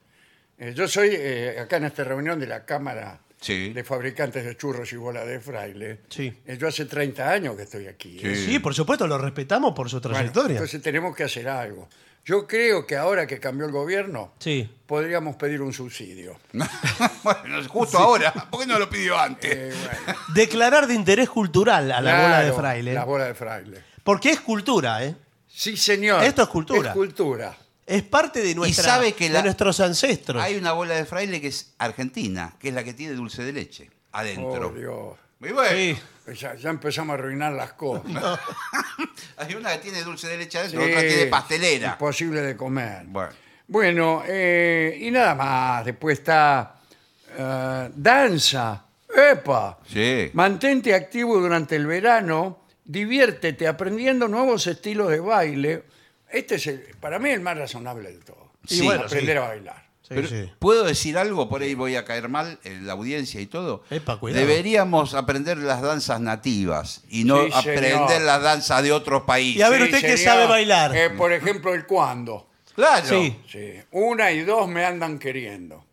S1: Eh, yo soy eh, acá en esta reunión de la Cámara
S3: Sí.
S1: de Fabricantes de Churros y Bolas de Fraile.
S2: Sí.
S1: Eh, yo hace 30 años que estoy aquí. ¿eh?
S2: Sí, por supuesto, lo respetamos por su
S1: Bueno,
S2: trayectoria.
S1: entonces tenemos que hacer algo. Yo creo que ahora que cambió el gobierno,
S2: sí.
S1: podríamos pedir un subsidio.
S3: bueno, justo ahora. ¿Por qué no lo pidió antes?
S1: Eh, bueno,
S2: Declarar de interés cultural a la bola de
S1: claro,
S2: fraile.
S1: La bola de fraile.
S2: Porque es cultura, ¿eh?
S1: Sí, señor.
S2: Esto es cultura.
S1: Es cultura.
S2: Es parte de, nuestra,
S3: sabe que
S2: de
S3: la-
S2: nuestros ancestros.
S3: Hay una bola de fraile que es argentina, que es la que tiene dulce de leche adentro.
S1: Oh, Dios.
S3: Muy bueno.
S2: Sí.
S1: Ya, ya empezamos a arruinar las cosas.
S3: Hay una que tiene dulce de leche adentro,
S1: Sí,
S3: otra tiene pastelera.
S1: Imposible de comer.
S3: Bueno.
S1: Bueno, eh, y nada más. Después está eh, danza. ¡Epa!
S3: Sí.
S1: Mantente activo durante el verano. Diviértete aprendiendo nuevos estilos de baile. Este es, el- para mí, el más razonable de todo.
S3: Sí,
S2: bueno,
S1: aprender
S2: sí.
S1: a bailar.
S2: Sí,
S3: Pero,
S2: sí.
S3: ¿Puedo decir algo? Por ahí voy a caer mal en la audiencia y todo.
S2: Epa, cuidado.
S3: Deberíamos aprender las danzas nativas y no
S1: Sí, señor.
S3: aprender las danzas de otros países.
S2: Y a ver, usted que sabe bailar.
S1: eh, por ejemplo, el cuando.
S3: Claro.
S2: Sí.
S1: Sí, una y dos me andan queriendo.
S2: Mm.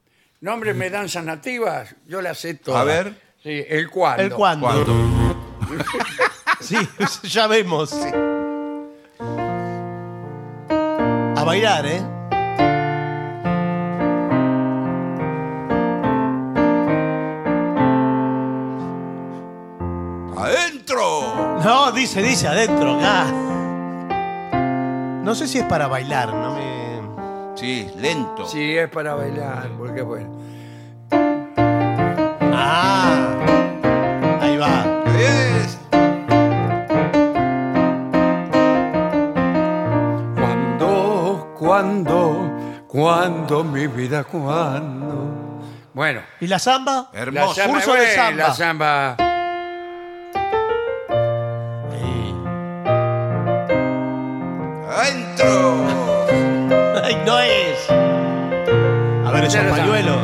S1: Nombres de danzas nativas, yo las sé todas.
S3: A ver.
S1: Sí, el cuándo.
S2: ¿El cuándo?
S3: ¿Cuándo?
S2: Sí, ya vemos. A bailar, ¿eh?
S3: ¡Adentro!
S2: No, dice, dice adentro, acá. No sé si es para bailar, no me.
S3: Sí, lento.
S1: Sí, es para bailar, porque bueno.
S2: Ah, ahí va.
S3: Es-
S1: Cuando, cuando, cuando mi vida, cuando. Bueno,
S2: ¿Y la samba?
S1: la
S3: Hermoso.
S1: samba,
S2: curso de
S1: eh,
S2: samba.
S1: la samba.
S2: Sí.
S3: ¡Adentro!
S2: Ay, no es. A ver, esos
S1: Ya la samba.
S2: pañuelos.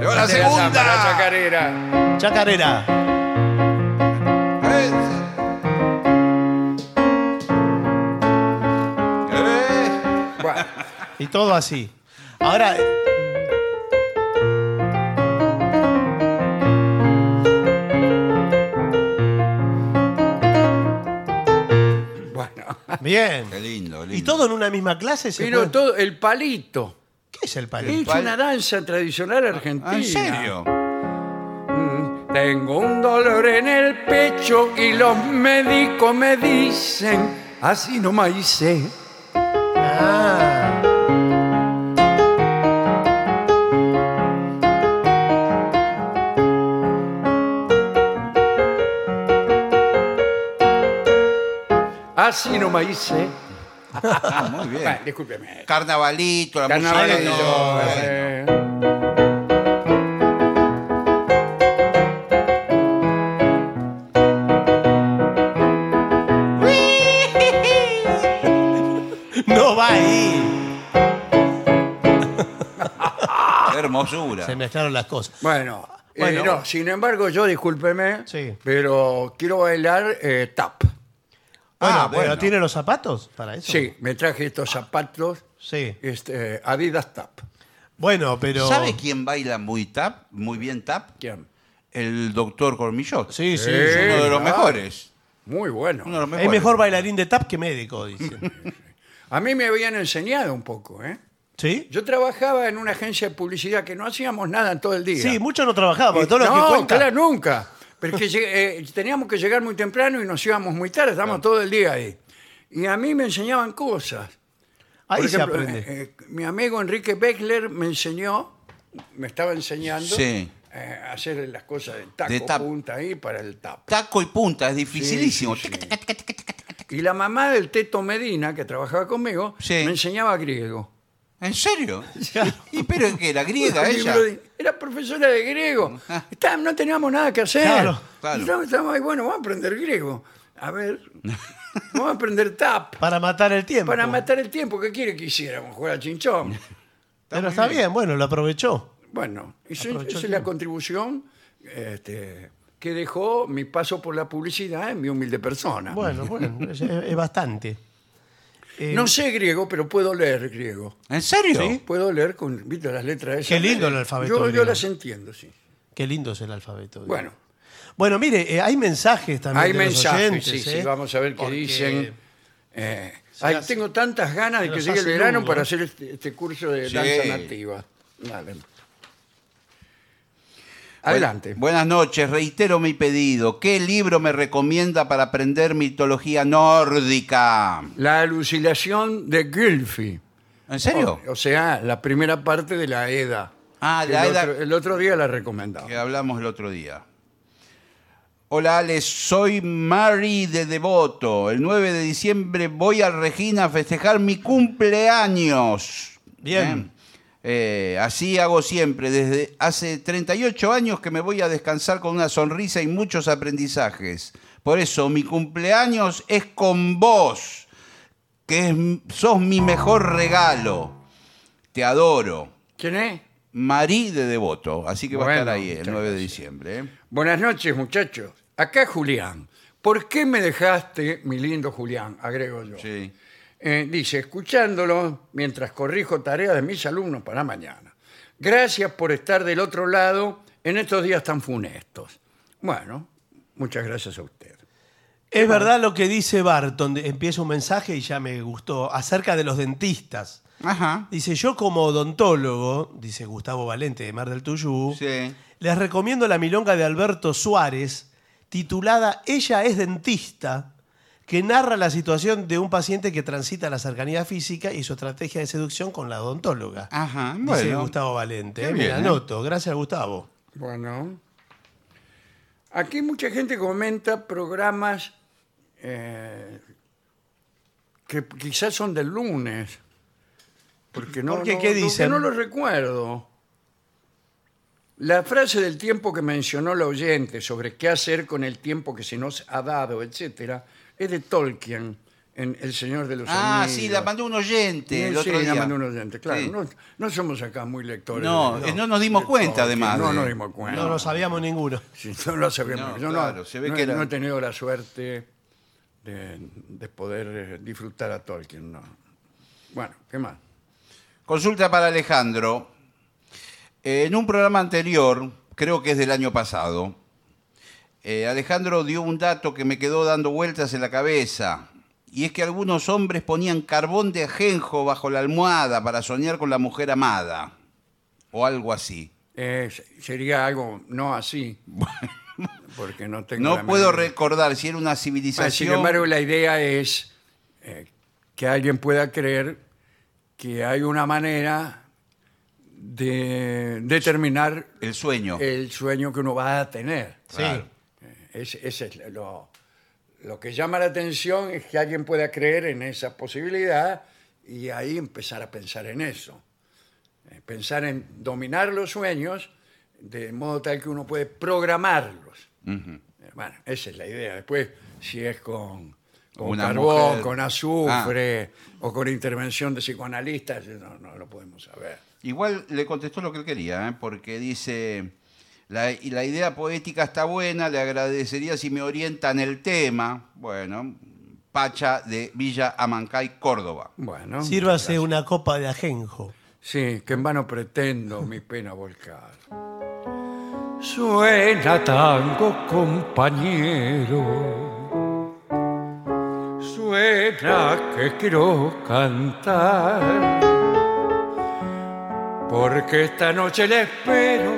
S3: Llegó la
S1: la samba, la
S3: segunda.
S1: chacarera.
S2: Chacarera.
S3: Es- Eh.
S1: Bueno,
S2: Y todo así. Ahora.
S1: bueno.
S2: Bien.
S3: Qué lindo, lindo.
S2: Y todo en una misma clase se
S1: Pero
S2: puede-
S1: todo, el palito.
S2: ¿Qué es el
S1: Es
S2: palito?
S3: pal-
S1: una danza tradicional argentina.
S3: Ah, ¿En serio?
S1: Tengo un dolor en el pecho y los médicos me dicen, así no me hice.
S2: Ah.
S1: Así no me hice.
S3: Ah, muy
S1: Bueno,
S3: bien.
S1: discúlpeme.
S3: Carnavalito, la
S1: Carnavalito,
S3: música. Bueno.
S1: eh.
S2: No va ahí.
S3: Qué hermosura.
S2: Se mezclaron las cosas.
S1: Bueno, eh,
S2: Bueno.
S1: no, sin embargo, yo discúlpeme,
S2: Sí.
S1: pero quiero bailar eh, tap.
S2: Bueno,
S3: Ah,
S2: pero
S3: bueno.
S2: ¿tiene los zapatos para eso?
S1: Sí, me traje estos zapatos
S2: Sí.
S1: este, Adidas Tap.
S2: Bueno, pero.
S3: ¿Sabe quién baila muy tap, muy bien tap?
S1: ¿Quién?
S3: El doctor Cormillot.
S2: Sí, sí.
S1: Eh,
S2: sí.
S3: Uno de
S1: claro.
S3: los mejores.
S1: Muy bueno.
S3: Uno de los
S2: Es
S3: mejores.
S2: mejor bailarín de tap que médico, dicen.
S1: A mí me habían enseñado un poco, ¿eh?
S2: ¿Sí?
S1: Yo trabajaba en una agencia de publicidad que no hacíamos nada en todo el día.
S2: Sí, mucho no trabajaba, porque todo lo
S1: no,
S2: que cuenta.
S1: claro, nunca. Porque lleg- eh, teníamos que llegar muy temprano y nos íbamos muy tarde, estábamos todo el día ahí. Y a mí me enseñaban cosas.
S2: Ahí
S1: Por
S2: se
S1: ejemplo,
S2: aprende.
S1: eh, eh, mi amigo Enrique Beckler me enseñó, me estaba enseñando
S3: Sí.
S1: eh, a hacer las cosas del taco,
S3: De tap.
S1: punta ahí para el tap.
S3: Taco y punta, es dificilísimo.
S1: Sí, sí, sí. Y la mamá del Teto Medina, que trabajaba conmigo,
S3: Sí.
S1: me enseñaba griego.
S3: ¿En serio? ¿Y pero es que la griega
S1: Un
S3: ella?
S1: libro de- Era profesora de griego.
S3: Ah.
S1: Está- no teníamos nada que hacer.
S2: Claro,
S3: claro.
S1: Estábamos- estábamos ahí, bueno, vamos a aprender griego. A ver, vamos a aprender tap.
S2: Para matar el tiempo.
S1: Para matar el tiempo, ¿qué quiere que hiciéramos? Jugar al chinchón.
S2: Pero está bien, bueno, lo aprovechó.
S1: Bueno, esa es-
S2: Aprovechó
S1: esa es
S2: el
S1: la
S2: tiempo.
S1: contribución este, que dejó mi paso por la publicidad en mi humilde persona.
S2: Bueno, bueno, es, es bastante. Eh,
S1: No sé griego, pero puedo leer griego.
S3: ¿En serio?
S1: Puedo leer con ¿viste, las letras esas.
S2: Qué lindo el alfabeto
S1: Yo, yo
S2: griego.
S1: las entiendo, sí.
S2: Qué lindo es el alfabeto.
S1: Bueno,
S2: Bueno, mire, eh, hay mensajes también.
S1: hay
S2: de los
S1: mensajes,
S2: oyentes,
S1: sí, sí,
S2: ¿eh?
S1: vamos a ver qué
S2: Porque-
S1: dicen. Eh, ay,
S2: hace-
S1: tengo tantas ganas de
S2: se
S1: que
S2: nos
S1: llegue el
S2: hace
S1: verano
S2: lungo,
S1: para
S2: ¿eh?
S1: hacer este, este curso de
S3: Sí.
S1: danza nativa. Vale. Adelante.
S3: Bu- buenas noches, reitero mi pedido. ¿Qué libro me recomienda para aprender mitología nórdica?
S1: La alucinación de Gylfi.
S3: ¿En serio?
S1: O, o sea, la primera parte de la EDA.
S3: Ah,
S1: Que
S3: la
S1: el
S3: Edda-
S1: Otro, el otro día la recomendaba.
S3: que hablamos el otro día. Hola Alex, soy Mary de Devoto. El 9 de diciembre voy a Regina a festejar mi cumpleaños.
S2: Bien.
S3: Eh, así hago siempre. Desde hace 38 años que me voy a descansar con una sonrisa y muchos aprendizajes. Por eso mi cumpleaños es con vos, que es- sos mi mejor regalo. Te adoro.
S1: ¿Quién es?
S3: Marí de Devoto, así que va a
S1: Bueno,
S3: estar ahí el
S1: muchas
S3: 9 de
S1: gracias.
S3: diciembre. ¿eh?
S1: Buenas noches, muchachos. Acá Julián. ¿Por qué me dejaste, mi lindo Julián? Agrego yo.
S3: Sí.
S1: Eh, dice, escuchándolo mientras corrijo tareas de mis alumnos para mañana. Gracias por estar del otro lado en estos días tan funestos. Bueno, muchas gracias a usted.
S2: Es verdad lo que dice Barton, de- empieza un mensaje y ya me gustó, acerca de los dentistas.
S3: Ajá.
S2: Dice, yo como odontólogo, dice Gustavo Valente de Mar del Tuyú,
S3: Sí.
S2: les recomiendo la milonga de Alberto Suárez, titulada Ella es dentista, que narra la situación de un paciente que transita la cercanía física y su estrategia de seducción con la odontóloga.
S3: Ajá.
S2: Dice
S3: Bueno.
S2: Gustavo Valente.
S3: Qué
S2: eh, me
S3: bien,
S2: la
S3: eh.
S2: anoto. Gracias, Gustavo.
S1: Bueno. Aquí mucha gente comenta programas eh, que quizás son del lunes. Porque no,
S2: ¿Por qué?
S1: no-
S2: ¿Qué
S1: no- que
S2: dicen?
S1: no lo recuerdo. La frase del tiempo que mencionó la oyente sobre qué hacer con el tiempo que se nos ha dado, etcétera, es de Tolkien en El Señor de los
S3: Ah,
S1: Anillos.
S3: sí, la mandó un
S1: Sí,
S3: oyente Este, el otro
S1: sí, la
S3: día.
S1: mandó un oyente, claro.
S3: Sí.
S1: No, no somos acá muy lectores.
S3: No,
S1: de-
S3: eh, no nos dimos
S1: de
S3: cuenta,
S1: Tolkien,
S3: además,
S1: No
S3: de-
S1: nos dimos cuenta.
S2: No lo sabíamos ninguno.
S1: Sí, no lo sabíamos.
S3: No,
S1: Yo no,
S3: claro, se ve
S1: no-
S3: que era-
S1: no he tenido la suerte de, de poder eh, disfrutar a Tolkien. No. Bueno, ¿qué más?
S3: Consulta para Alejandro. Eh, en un programa anterior, creo que es del año pasado, eh, Alejandro dio un dato que me quedó dando vueltas en la cabeza. Y es que algunos hombres ponían carbón de ajenjo bajo la almohada para soñar con la mujer amada. O algo así.
S1: Eh, se- sería algo no así. Porque no tengo. la
S3: No puedo
S1: menor-
S3: recordar si era una
S1: Ah, Sin
S3: civilización.
S1: embargo, la idea es eh, que alguien pueda creer que hay una manera de determinar
S3: El sueño.
S1: el sueño que uno va a tener.
S3: Claro.
S1: Es- ese es lo, lo que llama la atención es que alguien pueda creer en esa posibilidad y ahí empezar a pensar en eso. Eh, Pensar en dominar los sueños de modo tal que uno puede programarlos. Eh, Bueno, esa es la idea. Después, si es con, con
S3: Una
S1: carbón,
S3: mujer. Ah.
S1: con azufre o con intervención de psicoanalistas, eh, no, no lo podemos saber.
S3: Igual le contestó lo que él quería, ¿eh? porque dice, la, y la idea poética está buena, le agradecería si me orientan el tema. Bueno, Pacha de Villa Amancay, Córdoba.
S1: Bueno,
S2: Sírvase una copa de ajenjo.
S1: Sí, que en vano pretendo mi pena volcar. Suena tango, compañero. Suena que quiero cantar. Porque esta noche la espero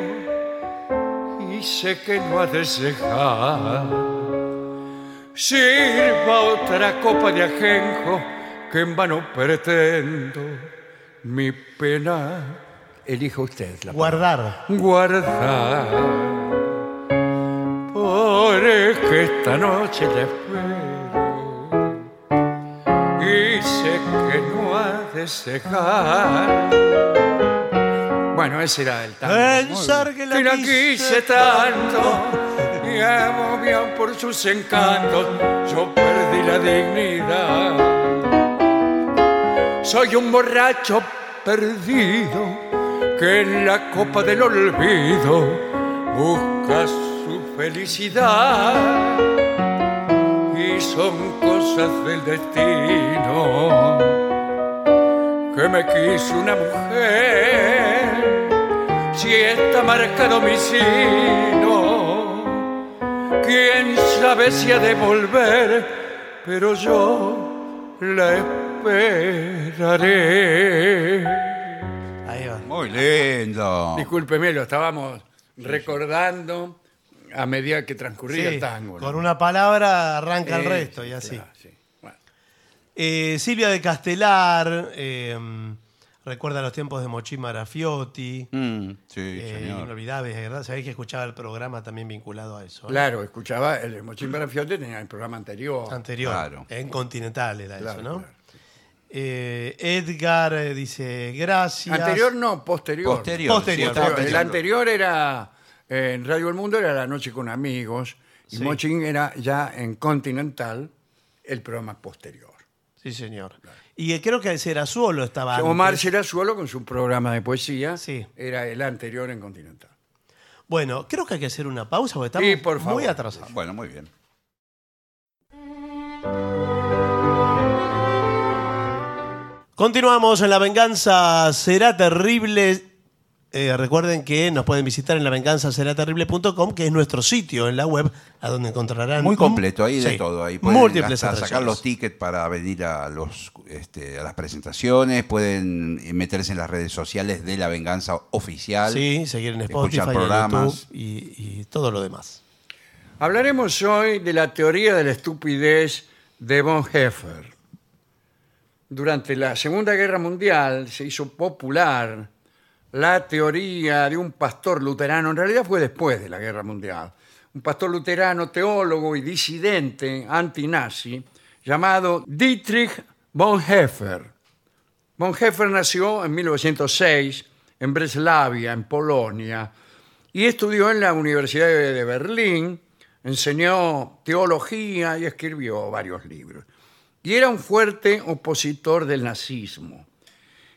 S1: y sé que no ha de dejar. Sirva otra copa de ajenjo que en vano pretendo mi pena. Elija usted la
S2: Guardar.
S1: guardar. Porque esta noche te espero y sé que no ha de cejar. Bueno, ese era el tango.
S2: Eh, Pensar que la
S1: Que la
S2: quise
S1: quise tanto y amo bien por sus encantos. Yo perdí la dignidad. Soy un borracho perdido que en la copa del olvido busca su felicidad. Y son cosas del destino que me quiso una mujer. Si está marcado mi sino, quién sabe si ha de volver, pero yo la esperaré.
S2: Ahí va.
S3: Muy lindo.
S1: Discúlpeme, lo estábamos recordando a medida que transcurría
S2: Sí,
S1: el tango. ¿no?
S2: Con una palabra arranca el
S1: Sí,
S2: resto
S1: sí,
S2: y así.
S1: claro, sí. Bueno,
S2: Eh, Silvia de Castelar eh, recuerda los tiempos de Mochi Marafiotti.
S3: Mm, sí,
S2: eh,
S3: señor.
S2: inolvidables, ¿verdad? Sabéis que escuchaba el programa también vinculado a eso. ¿eh?
S1: Claro, escuchaba el Mochín Barafiote, tenía el programa anterior.
S2: Anterior.
S3: Claro.
S2: En Continental era
S1: Claro,
S2: eso, ¿no?
S1: claro.
S2: Eh, Edgar eh, dice, gracias.
S1: Anterior no, posterior.
S3: Posterior.
S2: Posterior,
S3: estaba
S2: posterior.
S1: El
S3: pensando.
S1: anterior era eh, en Radio El Mundo, era La Noche con Amigos. Y
S2: Sí.
S1: Mochin era ya en Continental el programa posterior.
S2: Sí, señor. Y eh, creo que Serazuolo estaba antes.
S1: Omar Serazuelo con su programa de poesía
S2: Sí.
S1: era el anterior en Continental.
S2: Bueno, creo que hay que hacer una pausa porque estamos
S1: Sí, por favor.
S2: muy atrasados.
S3: Ah, Bueno, muy bien.
S2: Continuamos en La Venganza Será Terrible. Eh, recuerden que nos pueden visitar en lavenganzaseraterrible.com, que es nuestro sitio en la web, a donde encontrarán.
S3: Muy completo, ahí de
S2: Sí,
S3: todo. Ahí pueden
S2: múltiples
S3: hasta sacar
S2: atracciones.
S3: los tickets para venir a, los, este, a las presentaciones, pueden eh, meterse en las redes sociales de La Venganza Oficial.
S2: Sí, seguir en Spotify,
S3: escuchar
S2: en
S3: programas.
S2: YouTube y, y todo lo demás.
S1: Hablaremos hoy de la teoría de la estupidez de von Heffer. Durante la Segunda Guerra Mundial se hizo popular la teoría de un pastor luterano, en realidad fue después de la Guerra Mundial, un pastor luterano, teólogo y disidente antinazi llamado Dietrich von Heffer. Von Heffer nació en 1906 en Breslavia, en Polonia, y estudió en la Universidad de de Berlín, enseñó teología y escribió varios libros. Y era un fuerte opositor del nazismo.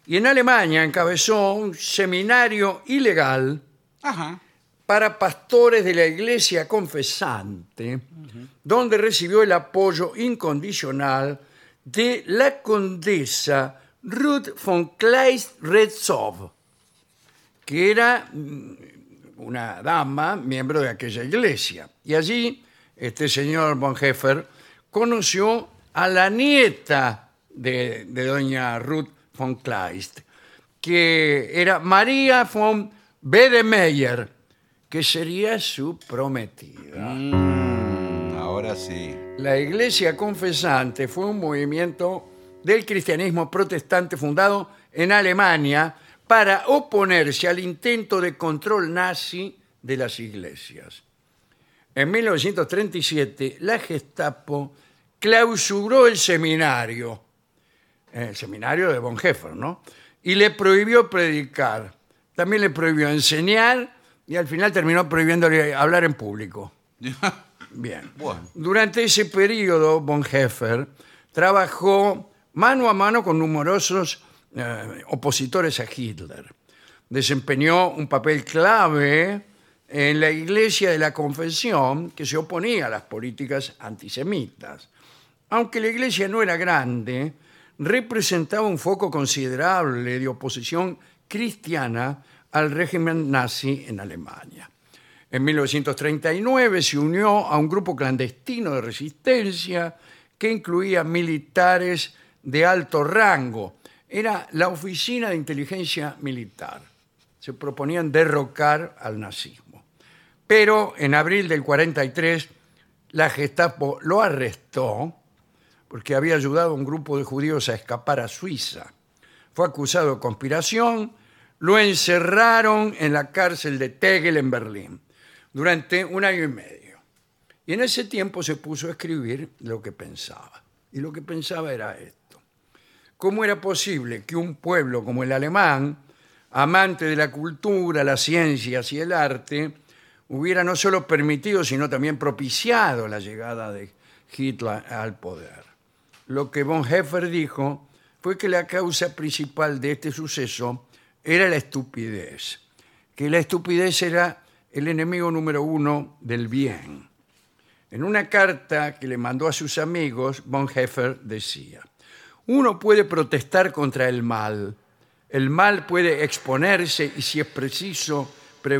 S1: Y en Alemania encabezó un seminario ilegal
S3: Ajá.
S1: para pastores de la iglesia confesante, donde recibió el apoyo incondicional de la condesa Ruth von Kleist-Retzow, que era mm, una dama, miembro de aquella iglesia. Y allí, este señor von Heffer conoció a la nieta de, de doña Ruth von Kleist, que era María von Bedemeyer, que sería su prometida.
S3: Mm, Ahora sí.
S1: La Iglesia Confesante fue un movimiento del cristianismo protestante fundado en Alemania para oponerse al intento de control nazi de las iglesias. En 1937, la Gestapo clausuró el seminario, eh, el seminario de von Heffer, ¿no? Y le prohibió predicar, también le prohibió enseñar y al final terminó prohibiéndole hablar en público. Bien.
S3: Bueno.
S1: Durante ese periodo, von Heffer trabajó mano a mano con numerosos eh, opositores a Hitler. Desempeñó un papel clave en la Iglesia de la Confesión que se oponía a las políticas antisemitas. Aunque la Iglesia no era grande, representaba un foco considerable de oposición cristiana al régimen nazi en Alemania. En 1939 se unió a un grupo clandestino de resistencia que incluía militares de alto rango. Era la Oficina de Inteligencia Militar. Se proponían derrocar al nazismo. Pero en abril del 43 la Gestapo lo arrestó porque había ayudado a un grupo de judíos a escapar a Suiza. Fue acusado de conspiración, lo encerraron en la cárcel de Tegel en Berlín durante un año y medio. Y en ese tiempo se puso a escribir lo que pensaba. Y lo que pensaba era esto. ¿Cómo era posible que un pueblo como el alemán, amante de la cultura, las ciencias y el arte, hubiera no solo permitido, sino también propiciado la llegada de Hitler al poder? Lo que von Heffer dijo fue que la causa principal de este suceso era la estupidez, que la estupidez era el enemigo número uno del bien. En una carta que le mandó a sus amigos, von Heffer decía, uno puede protestar contra el mal, el mal puede exponerse y si es preciso,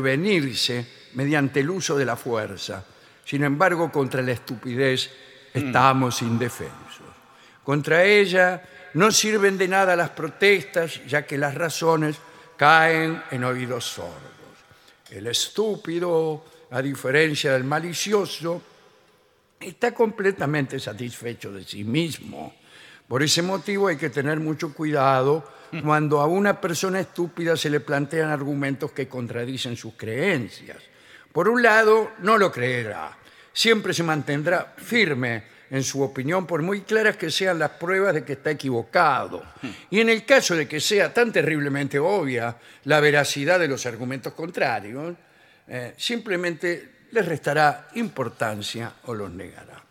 S1: prevenirse mediante el uso de la fuerza. Sin embargo, contra la estupidez estamos indefensos. Contra ella no sirven de nada las protestas, ya que las razones caen en oídos sordos. El estúpido, a diferencia del malicioso, está completamente satisfecho de sí mismo. Por ese motivo hay que tener mucho cuidado cuando a una persona estúpida se le plantean argumentos que contradicen sus creencias. Por un lado, no lo creerá. Siempre se mantendrá firme en su opinión, por muy claras que sean las pruebas de que está equivocado. Y en el caso de que sea tan terriblemente obvia la veracidad de los argumentos contrarios, eh, simplemente les restará importancia o los negará.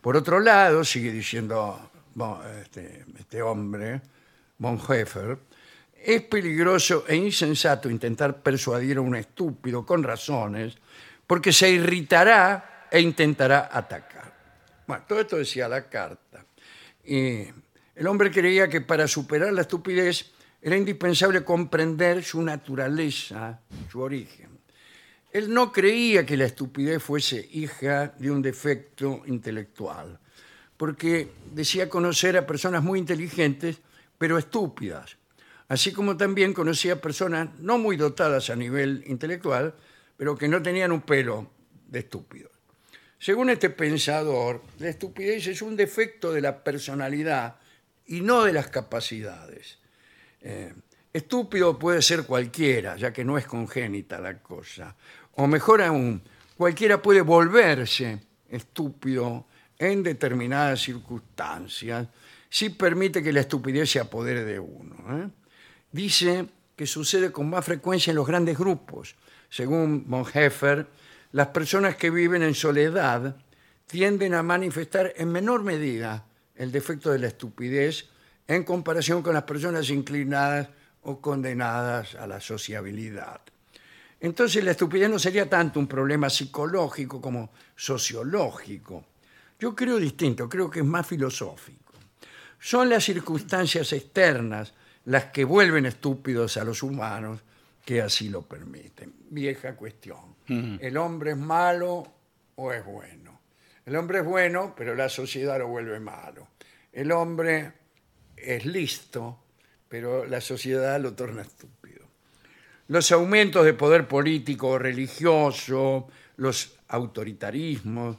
S1: Por otro lado, sigue diciendo bon- este, este hombre, von Heffer, es peligroso e insensato intentar persuadir a un estúpido con razones porque se irritará e intentará atacar. Bueno, todo esto decía la carta. Y el hombre creía que para superar la estupidez era indispensable comprender su naturaleza, su origen. Él no creía que la estupidez fuese hija de un defecto intelectual, porque decía conocer a personas muy inteligentes, pero estúpidas, así como también conocía a personas no muy dotadas a nivel intelectual, pero que no tenían un pelo de estúpidos. Según este pensador, la estupidez es un defecto de la personalidad y no de las capacidades. Eh, estúpido puede ser cualquiera, ya que no es congénita la cosa. O mejor aún, cualquiera puede volverse estúpido en determinadas circunstancias si permite que la estupidez se apodere de uno. ¿eh? Dice que sucede con más frecuencia en los grandes grupos. Según Bonheffer, las personas que viven en soledad tienden a manifestar en menor medida el defecto de la estupidez en comparación con las personas inclinadas o condenadas a la sociabilidad. Entonces la estupidez no sería tanto un problema psicológico como sociológico. Yo creo distinto, creo que es más filosófico. Son las circunstancias externas las que vuelven estúpidos a los humanos que así lo permiten. Vieja cuestión. ¿El hombre es malo o es bueno? El hombre es bueno, pero la sociedad lo vuelve malo. El hombre es listo, pero la sociedad lo torna estúpido. Los aumentos de poder político o religioso, los autoritarismos,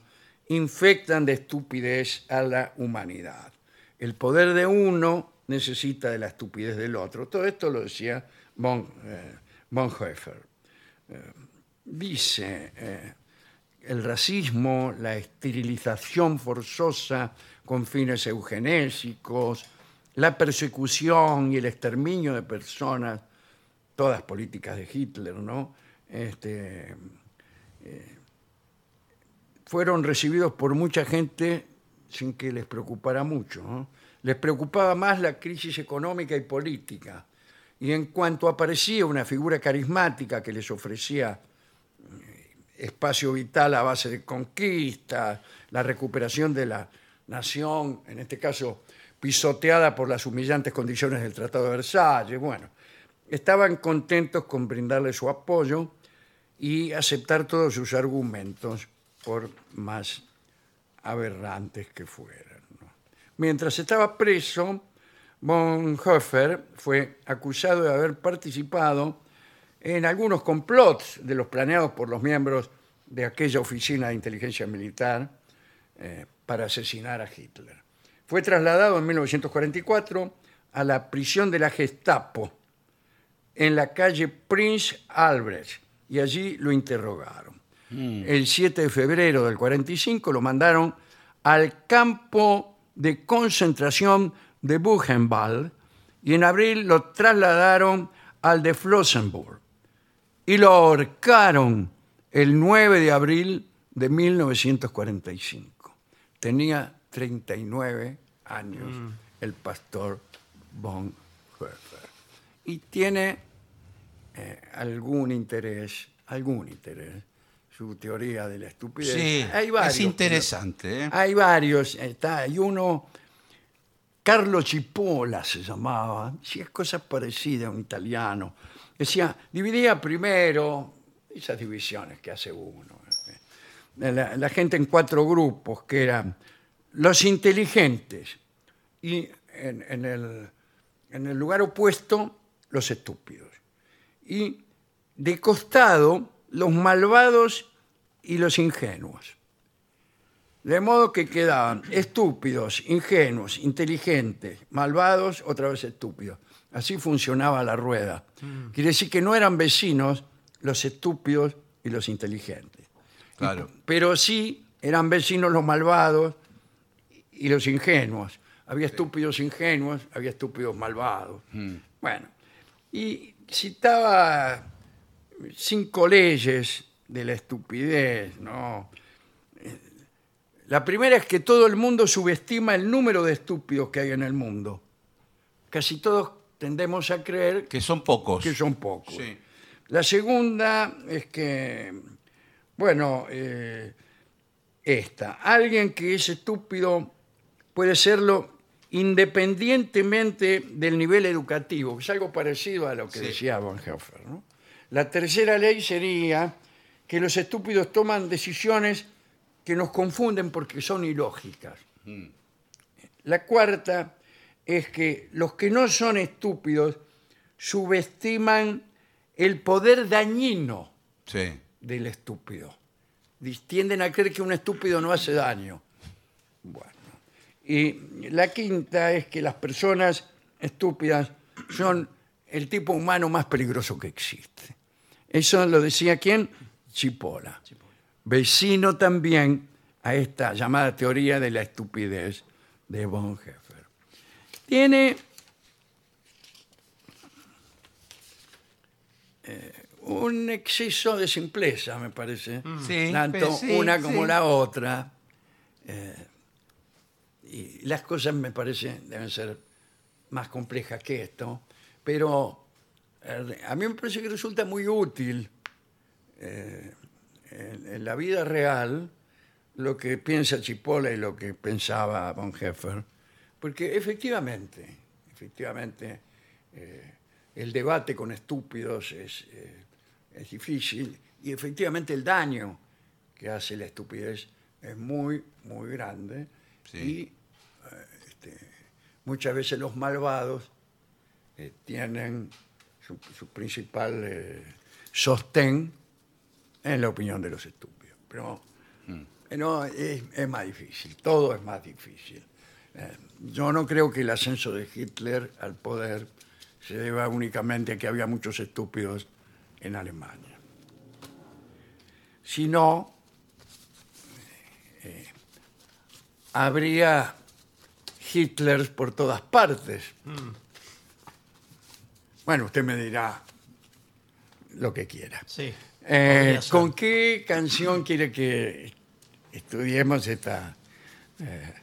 S1: infectan de estupidez a la humanidad. El poder de uno necesita de la estupidez del otro. Todo esto lo decía von, eh, Bonhoeffer. Eh, dice, eh, el racismo, la esterilización forzosa con fines eugenésicos, la persecución y el exterminio de personas, todas políticas de Hitler, ¿no? Este, eh, fueron recibidos por mucha gente sin que les preocupara mucho. ¿no? Les preocupaba más la crisis económica y política. Y en cuanto aparecía una figura carismática que les ofrecía espacio vital a base de conquistas, la recuperación de la nación, en este caso pisoteada por las humillantes condiciones del Tratado de Versalles. Bueno, estaban contentos con brindarle su apoyo y aceptar todos sus argumentos, por más aberrantes que fueran. ¿no? Mientras estaba preso, Bonhoeffer fue acusado de haber participado en algunos complots de los planeados por los miembros de aquella oficina de inteligencia militar eh, para asesinar a Hitler. Fue trasladado en 1944 a la prisión de la Gestapo en la calle Prince Albrecht y allí lo interrogaron. El 7 de febrero del 45 lo mandaron al campo de concentración de Buchenwald y en abril lo trasladaron al de Flossenburg y lo ahorcaron el 9 de abril de 1945. Tenía 39 años
S3: Mm.
S1: el pastor von Höfer. Y tiene eh, algún interés, algún interés, su teoría de la estupidez.
S3: Sí,
S1: hay varios, Ah.
S3: es interesante. ¿eh?
S1: Hay varios, está, hay uno, Carlo Cipolla se llamaba, sí, es cosa parecida a un italiano. Decía, dividía primero, esas divisiones que hace uno, eh, la, la gente en cuatro grupos, que eran los inteligentes y en, en el, en el lugar opuesto, los estúpidos. Y de costado, los malvados y los ingenuos. De modo que quedaban estúpidos, ingenuos, inteligentes, malvados, otra vez estúpidos. Así funcionaba la rueda. Quiere decir que no eran vecinos los estúpidos y los inteligentes.
S3: Claro.
S1: Pero sí eran vecinos los malvados y los ingenuos. Había estúpidos ingenuos, había estúpidos malvados. Bueno, y citaba cinco leyes de la estupidez, ¿no? Eh, La primera es que todo el mundo subestima el número de estúpidos que hay en el mundo. Casi todos tendemos a creer
S3: Que son pocos.
S1: que son pocos.
S3: Sí.
S1: La segunda es que, bueno, eh, esta, alguien que es estúpido puede serlo independientemente del nivel educativo, que es algo parecido a lo que
S3: Sí.
S1: decía Bonhoeffer. ¿no? La tercera ley sería que los estúpidos toman decisiones que nos confunden porque son ilógicas. La cuarta es que los que no son estúpidos subestiman el poder dañino
S3: Sí.
S1: del estúpido. Dis- Tienden a creer que un estúpido no hace daño. Bueno. Y la quinta es que las personas estúpidas son el tipo humano más peligroso que existe. Eso lo decía quién? Chipola. Vecino también a esta llamada teoría de la estupidez de Bonhoeffer. Tiene eh, un exceso de simpleza, me parece
S3: Sí,
S1: tanto
S3: sí,
S1: una
S3: sí.
S1: como la otra. eh, y las cosas me parece deben ser más complejas que esto, pero eh, a mí me parece que resulta muy útil eh, en, en la vida real lo que piensa Chipola y lo que pensaba Bonhoeffer, porque efectivamente, efectivamente, eh, el debate con estúpidos es, eh, es difícil y efectivamente el daño que hace la estupidez es muy, muy grande
S3: Sí.
S1: y eh, este, muchas veces los malvados eh, tienen su, su principal eh, sostén en la opinión de los estúpidos. Pero eh, no, es, es más difícil, todo es más difícil. Eh, yo no creo que el ascenso de Hitler al poder se deba únicamente a que había muchos estúpidos en Alemania, sino eh, habría Hitlers por todas partes. Bueno, usted me dirá lo que quiera.
S2: Sí.
S1: Eh,
S2: Podría ser.
S1: ¿Con qué canción quiere que estudiemos esta eh,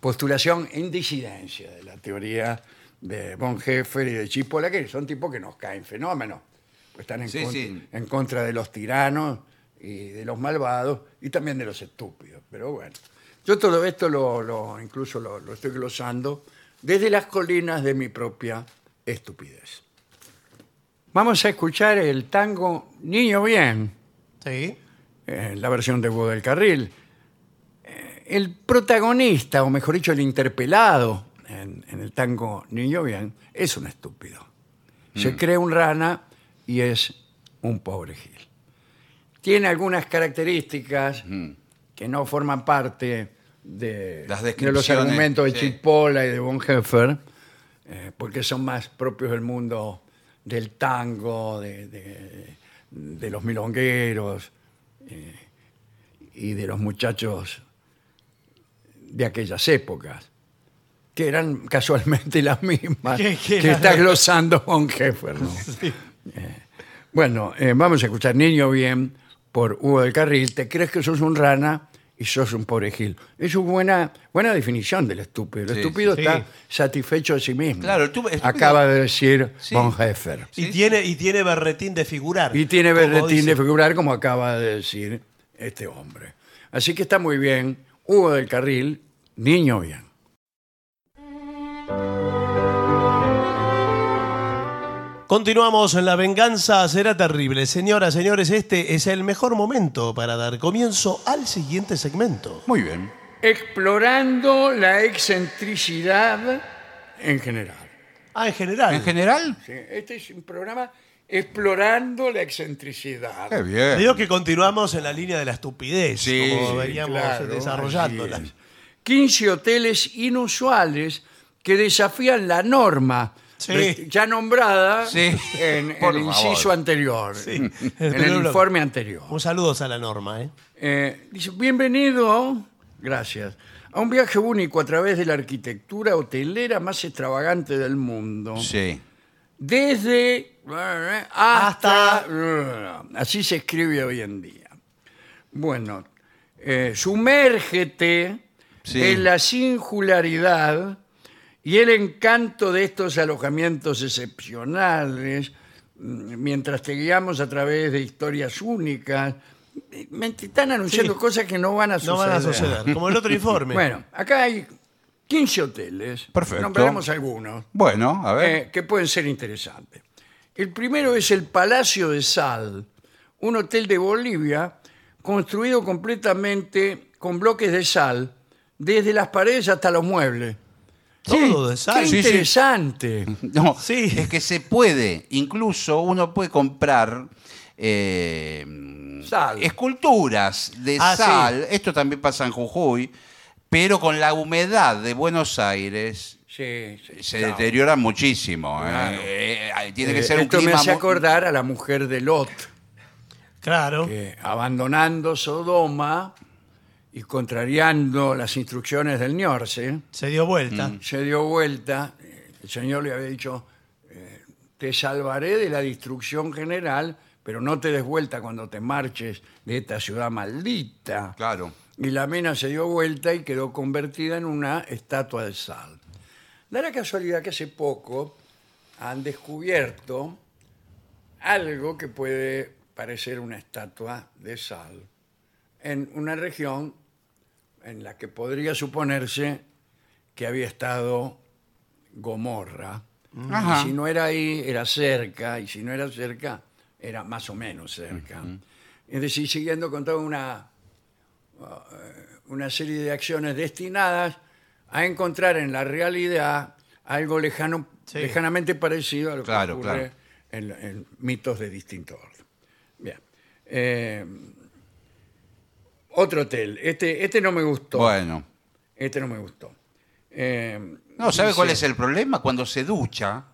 S1: postulación en disidencia de la teoría de Bonhoeffer y de Chipola, que son tipos que nos caen fenómenos? Pues están en,
S3: Sí,
S1: cont-
S3: sí.
S1: en contra de los tiranos y de los malvados y también de los estúpidos. Pero bueno, yo todo esto lo, lo- incluso lo- lo estoy glosando desde las colinas de mi propia estupidez. Vamos a escuchar el tango Niño Bien,
S2: Sí.
S1: eh, la versión de Hugo del Carril. Eh, el protagonista, o mejor dicho, el interpelado en, en el tango Niño Bien, es un estúpido.
S3: Mm.
S1: Se cree un rana y es un pobre gil. Tiene algunas características que no forman parte de,
S3: Mm. Las
S1: de los
S3: descripciones,
S1: argumentos de
S3: sí.
S1: Chipola y de Bonhoeffer, eh, porque son más propios del mundo del tango, de, de- de los milongueros eh, y de los muchachos de aquellas épocas, que eran casualmente las mismas
S2: Que- que
S1: que
S2: las-
S1: está glosando Bonhoeffer. ¿no? Eh, Bueno, eh, vamos a escuchar Niño Bien por Hugo del Carril. Te crees que sos un rana y sos un pobre gil. Es una buena, buena definición del estúpido. El
S3: Sí,
S1: estúpido
S2: sí.
S1: está
S2: Sí.
S1: satisfecho de sí mismo.
S3: Claro, el tu- estúpido-
S1: Acaba de decir
S3: Sí.
S1: Bonhoeffer.
S2: Y,
S3: Sí,
S2: tiene, y tiene berretín de figurar.
S1: Y tiene
S2: como
S1: berretín de
S2: dice.
S1: figurar, como acaba de decir este hombre. Así que está muy bien. Hugo del Carril, Niño Bien.
S2: Continuamos en La Venganza será terrible. Señoras, señores, este es el mejor momento para dar comienzo al siguiente segmento.
S3: Muy bien.
S1: Explorando la excentricidad en general.
S2: Ah, en general.
S3: ¿En general?
S1: Sí, Este es un programa explorando la excentricidad.
S3: Qué bien.
S2: Digo que continuamos en la línea de la estupidez,
S3: Sí,
S2: como
S3: sí,
S2: veníamos
S1: Claro,
S2: desarrollándola.
S1: así es. 15 hoteles inusuales que desafían la norma.
S2: Sí.
S1: re- Ya nombrada
S3: Sí,
S1: en, en
S3: por
S1: el
S3: favor.
S1: inciso anterior, en el
S2: Pero lo-
S1: informe anterior.
S2: Un saludo a la norma, ¿eh?
S1: Eh, dice, bienvenido, gracias, a un viaje único a través de la arquitectura hotelera más extravagante del mundo
S3: Sí.
S1: desde hasta, así se escribe hoy en día. Bueno, eh, sumérgete
S3: Sí.
S1: en la singularidad y el encanto de estos alojamientos excepcionales mm, mientras te guiamos a través de historias únicas. Me están anunciando
S2: Sí.
S1: cosas que no van a suceder.
S2: No van a suceder, como el otro informe.
S1: Bueno, acá hay 15 hoteles.
S3: Perfecto.
S1: Nombraremos algunos
S3: Bueno, a ver.
S1: eh, que pueden ser interesantes. El primero es el Palacio de Sal, un hotel de Bolivia construido completamente con bloques de sal, desde las paredes hasta los muebles.
S2: Todo de sal.
S1: ¡Qué
S3: Sí, sí.
S1: interesante!
S3: No,
S2: Sí.
S3: es que se puede, incluso uno puede comprar eh,
S1: Sal.
S3: esculturas de
S2: Ah, sí.
S3: sal, esto también pasa en Jujuy, pero con la humedad de Buenos Aires
S1: Sí, sí,
S3: se
S1: claro.
S3: deteriora muchísimo. ¿eh?
S1: Claro.
S3: Eh, eh, tiene que
S1: Eh,
S3: ser un
S1: Esto
S3: clima...
S1: me hace
S3: mu-
S1: acordar a la mujer de Lot.
S2: Claro.
S1: que abandonando Sodoma y contrariando las instrucciones del Niorce,
S2: Se dio vuelta.
S3: Mm.
S1: se dio vuelta. eh, El Señor le había dicho: eh, Te salvaré de la destrucción general, pero no te des vuelta cuando te marches de esta ciudad maldita.
S3: Claro.
S1: Y la mina se dio vuelta y quedó convertida en una estatua de sal. Da la casualidad que hace poco han descubierto algo que puede parecer una estatua de sal en una región en la que podría suponerse que había estado Gomorra.
S3: Ajá.
S1: Y si no era ahí, era cerca, y si no era cerca, era más o menos cerca. Es decir, siguiendo con toda una una serie de acciones destinadas a encontrar en la realidad algo lejano,
S2: Sí.
S1: lejanamente parecido a lo que
S3: Claro,
S1: ocurre
S3: claro.
S1: en, en mitos de distinto orden. Bien. Eh, otro hotel. Este, este no me gustó.
S3: Bueno.
S1: Este no me gustó. Eh,
S3: No, ¿sabe
S1: dice-
S3: cuál es el problema? Cuando se ducha,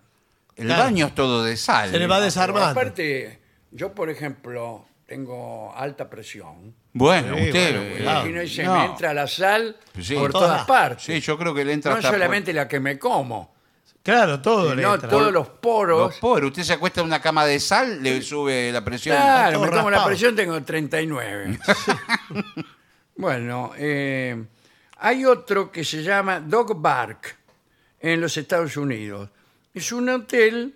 S3: el
S2: Claro.
S3: baño es todo de sal.
S2: Se le va
S1: Pero
S2: desarmando.
S1: Aparte, yo, por ejemplo, tengo alta presión.
S3: Bueno,
S2: Sí,
S3: usted...
S2: bueno,
S3: eh,
S2: cuidado.
S1: Imagínese,
S3: no.
S1: me entra la sal
S3: Sí.
S1: por
S2: Todas.
S1: todas partes.
S3: Sí, yo creo que le entra
S1: no
S3: hasta por-
S1: solamente la que me como.
S2: Claro, todo. le
S1: no
S2: entra.
S1: todos los
S3: Los
S1: poros.
S3: pobres, usted se acuesta en una cama de sal, le sube la presión.
S1: claro,
S2: todo
S1: me tomo la
S2: raspado.
S1: presión, tengo 39. bueno, eh, hay otro que se llama Dog Bark en los Estados Unidos. Es un hotel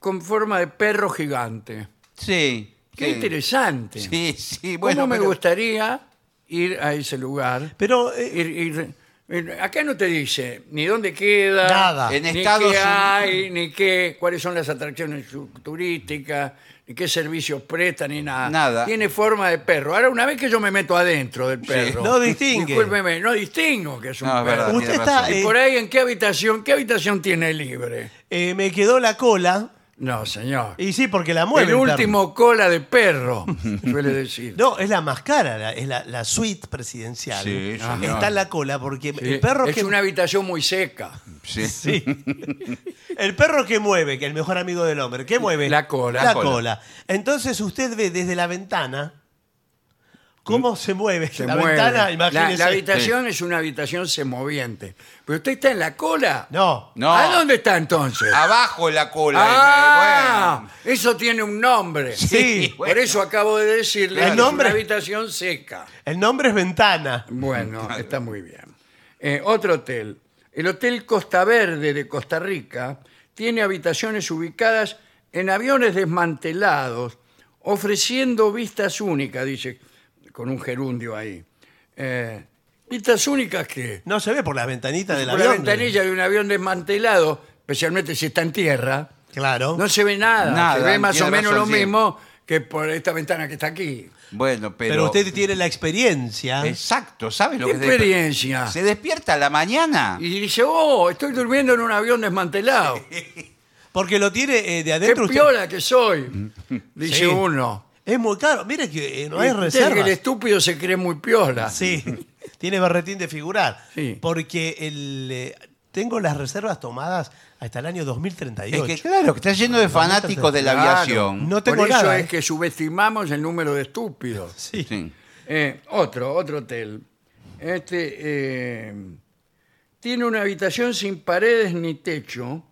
S1: con forma de perro gigante.
S3: Sí.
S1: Qué
S3: sí.
S1: interesante.
S3: Sí, sí, bueno.
S1: ¿Cómo me
S3: pero-
S1: gustaría ir a ese lugar?
S2: Pero eh,
S1: Ir- ir- ir- acá no te dice ni dónde queda,
S2: Nada.
S3: En
S1: ni
S3: Estados
S1: qué
S3: Unidos.
S1: hay, ni qué, cuáles son las atracciones su- turísticas, ni qué servicios prestan, ni nada.
S3: Nada.
S1: Tiene forma de perro. Ahora, una vez que yo me meto adentro del perro,
S2: No distingue.
S1: discúlpeme, no distingo que es un
S3: No, es
S1: perro.
S3: verdad,
S2: Usted
S3: tiene
S2: está,
S3: razón.
S1: Y
S2: eh,
S1: por ahí, ¿en qué habitación? ¿Qué habitación tiene libre?
S2: eh, me quedó la cola.
S1: No, señor.
S2: Y sí, porque la mueve.
S1: El
S2: perro.
S1: último cola de perro, suele decir.
S2: No, es la más cara, la- es la, la suite presidencial.
S3: Sí,
S2: Ah.
S3: señor.
S2: Está en la cola porque
S1: Sí,
S2: el perro
S1: es
S2: que
S1: una habitación muy seca.
S3: Sí.
S2: Sí. El perro que mueve, que el mejor amigo del hombre, ¿qué mueve?
S1: La cola.
S2: La
S1: La
S2: cola.
S3: cola.
S2: Entonces usted ve desde la ventana cómo se mueve.
S1: Se
S2: la
S1: mueve.
S2: ventana,
S1: La-
S2: imagínese.
S1: La, habitación es una habitación semoviente. Pero usted está en la cola.
S2: No.
S3: No. Ah,
S1: ¿A dónde está entonces?
S3: Abajo la cola.
S1: ah,
S3: eh,
S1: eso tiene un nombre.
S2: Sí.
S1: Por eso acabo de decirle
S2: El
S1: que
S2: nombre-
S1: es una habitación seca.
S2: El nombre es ventana.
S1: Bueno, está muy bien. Eh, otro hotel. El Hotel Costa Verde de Costa Rica tiene habitaciones ubicadas en aviones desmantelados, ofreciendo vistas únicas, dice, con un gerundio ahí. Eh, ¿Vistas únicas qué?
S2: No se ve por las ventanitas del
S1: Por la
S2: avión.
S1: ventanilla de un avión desmantelado, especialmente si está en tierra,
S2: Claro.
S1: no se ve nada.
S3: Nada,
S1: se ve más o
S3: tiene
S1: menos
S3: razón,
S1: lo
S3: sí.
S1: mismo que por esta ventana que está aquí.
S3: Bueno,
S2: pero,
S3: pero.
S2: usted tiene la experiencia.
S3: Exacto, ¿sabe lo
S1: ¿ah? ¿Qué
S3: que se-
S1: experiencia?
S3: Se despierta a la mañana.
S1: Y dice, oh, estoy durmiendo en un avión desmantelado.
S2: Porque lo tiene eh, de
S1: ¡Qué
S2: adentro. usted-
S1: piola que soy! Dice
S2: Sí.
S1: uno.
S2: Es muy caro. Mire que eh, no hay
S1: Usted, que
S2: reservas.
S1: El estúpido se cree muy piola.
S2: Sí, tiene berretín de figurar.
S1: Sí.
S2: Porque el, eh, tengo las reservas tomadas hasta el año
S3: Es
S2: 2038.
S3: que claro, que está lleno de fanáticos de la
S1: Claro.
S3: aviación.
S2: No tengo
S1: Por eso
S2: nada,
S1: es
S2: ¿eh?
S1: que subestimamos el número de estúpidos.
S2: Sí.
S3: Sí.
S1: Eh, otro, otro hotel. Este eh, tiene una habitación sin paredes ni techo.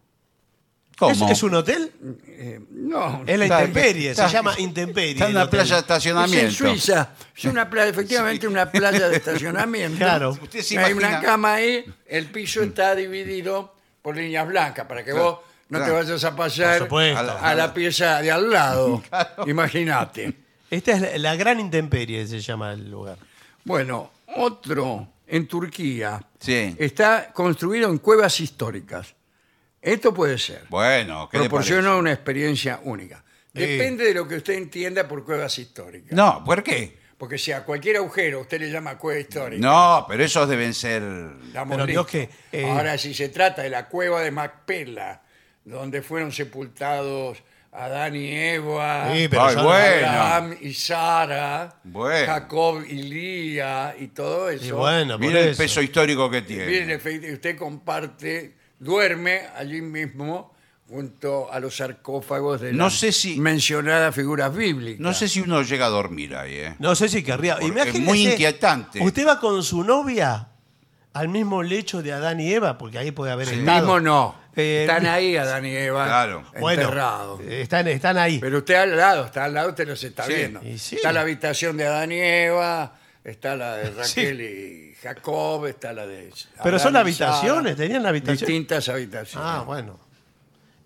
S2: ¿Es,
S3: ¿Cómo?
S2: es un hotel?
S1: Eh, no,
S2: Es la
S3: Está-
S2: intemperie,
S3: está-
S2: se llama intemperie.
S3: Está en
S2: el
S3: una
S2: hotel.
S3: playa
S1: es
S3: de
S1: en
S3: estacionamiento.
S1: Suiza. Es una playa, efectivamente una playa de estacionamiento.
S2: Claro.
S3: Usted se
S1: Hay
S3: imagina- Mm.
S1: una cama ahí, el piso está dividido por líneas blancas para que
S3: Claro,
S1: vos no te
S3: claro.
S1: vayas a pasar
S2: Por supuesto.
S1: a la, a la pieza de al lado. Imagínate.
S2: Esta es la, la gran intemperie, se llama el lugar.
S1: Bueno, otro en Turquía
S3: Sí.
S1: está construido en cuevas históricas. Esto puede ser.
S3: Bueno, ¿qué le
S1: Proporciona una experiencia única. Depende de lo que usted entienda por cuevas históricas.
S3: parece? No, ¿por qué?
S1: Porque si a cualquier agujero usted le llama cueva histórica,
S3: No, pero esos deben ser.
S1: estamos listos.
S2: Pero Dios que, eh,
S1: Ahora, si se trata de la cueva de Macpela, donde fueron sepultados Adán y Eva,
S2: Sí, pero
S3: Ay,
S2: ya-
S3: bueno.
S1: Abraham y Sara,
S3: Bueno.
S1: Jacob y Lía y todo eso.
S2: Y bueno, por
S3: Mira el
S2: eso.
S3: peso histórico que tiene.
S1: Miren, efecti- usted comparte, duerme allí mismo junto a los sarcófagos de
S3: No
S1: las
S3: sé si-
S1: mencionadas figuras bíblicas.
S3: No sé si uno llega a dormir ahí, ¿eh?
S2: No sé si querría.
S3: Porque es
S2: Imagínese,
S3: muy inquietante.
S2: Usted va con su novia al mismo lecho de Adán y Eva, porque ahí puede haber estado.
S1: Mismo no.
S2: Eh,
S1: están ahí Adán y Eva
S3: Claro.
S1: enterrados.
S2: Bueno, están, están ahí.
S1: Pero usted al lado, está al lado, usted los está
S3: Sí.
S1: viendo.
S2: Y sí.
S1: Está la habitación de Adán y Eva, está la de
S2: Sí.
S1: Raquel y Jacob, está la de.
S2: Pero
S1: Adán
S2: son
S1: y
S2: habitaciones,
S1: Sara.
S2: tenían habitaciones.
S1: Distintas habitaciones.
S2: Ah, bueno.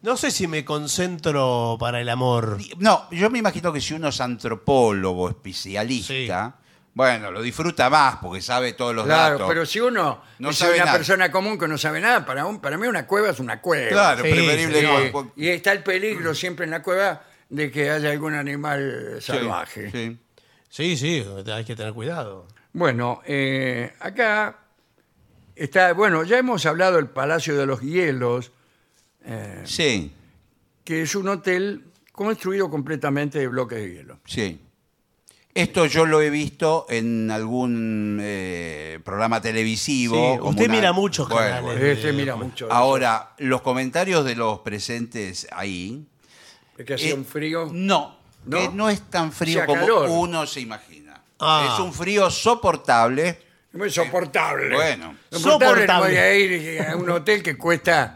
S2: No sé si me concentro para el amor.
S3: No, yo me imagino que si uno es antropólogo, especialista, bueno, lo disfruta más porque sabe todos los
S1: Claro,
S3: datos.
S1: pero si uno
S3: No
S1: es
S3: sabe
S1: una
S3: nada.
S1: persona común que no sabe nada, para, un- para mí una cueva es una cueva.
S3: Claro,
S2: Sí,
S3: preferible
S1: Eh,
S3: que-
S1: y está el peligro siempre en la cueva de que haya algún animal
S3: Sí,
S1: salvaje.
S3: sí.
S2: Sí, sí, hay que tener cuidado.
S1: Bueno, eh, acá está, bueno, ya hemos hablado del Palacio de los Hielos,
S3: Sí,
S1: que es un hotel construido completamente de bloques de hielo.
S3: sí. Esto yo lo he visto en algún eh, programa televisivo.
S2: Sí,
S3: como
S2: usted
S3: una-
S2: mira muchos canales. Eh,
S1: Este mira mucho. de
S3: pues, Ahora, los comentarios de los presentes ahí.
S1: eso. Es que hacía
S3: eh,
S1: un frío.
S3: No,
S1: ¿No?
S3: que no es tan frío
S1: Hacía
S3: como
S1: calor.
S3: uno se imagina.
S2: Ah.
S3: Es un frío soportable.
S1: Insoportable.
S3: eh, Bueno.
S1: Insoportable. no
S2: Soportable.
S1: Voy a ir a un hotel que cuesta